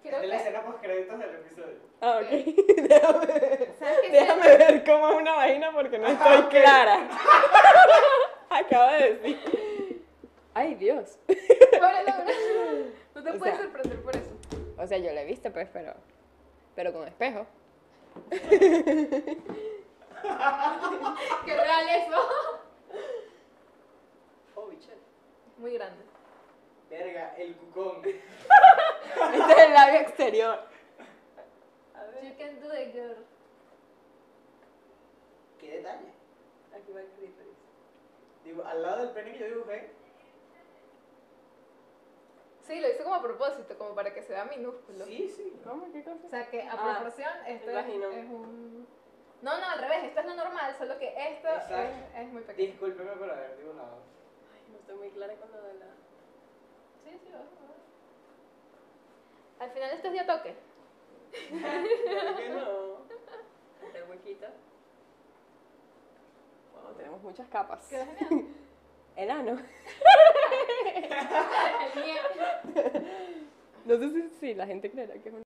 Speaker 2: Creo que.
Speaker 3: post créditos del episodio.
Speaker 1: Ah, ok.
Speaker 2: Ok.
Speaker 1: déjame, ver-
Speaker 2: ¿Sabes qué?
Speaker 1: [LAUGHS] déjame ver cómo es una vagina porque no estoy [LAUGHS] clara. Acabo de decir. Ay, Dios.
Speaker 2: Pobre Laura. No te
Speaker 1: O
Speaker 2: puedes
Speaker 1: sea-
Speaker 2: sorprender por eso.
Speaker 1: O sea, yo la he visto, pues, pero. Pero con espejo. [LAUGHS]
Speaker 2: ¡Qué real [LAUGHS] eso!
Speaker 1: Oh,
Speaker 2: Muy grande.
Speaker 3: Verga, el cucón.
Speaker 1: Este es el labio exterior.
Speaker 2: You can do it, girl.
Speaker 3: ¿Qué detalle? Aquí va el clítoris. Digo, al lado del pene que yo dibujé.
Speaker 2: Sí, lo hizo como a propósito, como para que se vea minúsculo.
Speaker 3: sí.
Speaker 1: ¿Cómo? ¿Qué cosa?
Speaker 2: O sea que a
Speaker 1: Ah,
Speaker 2: proporción esto
Speaker 1: el
Speaker 2: es,
Speaker 1: vagino.
Speaker 2: es un... No, no, al revés, esto es lo normal, solo que esto es,
Speaker 3: Exacto.
Speaker 2: es muy pequeño.
Speaker 3: Discúlpeme por haber dibujado.
Speaker 1: Ay, no estoy muy clara con lo de [LAUGHS] la.
Speaker 2: Sí, sí, vamos a ver. Al final esto es de a toque.
Speaker 1: Claro que no. El huequito. Wow, tenemos muchas capas. [LAUGHS]
Speaker 2: Quedó genial.
Speaker 1: El ano.
Speaker 2: El miedo.
Speaker 1: No sé si, si la gente creerá que es un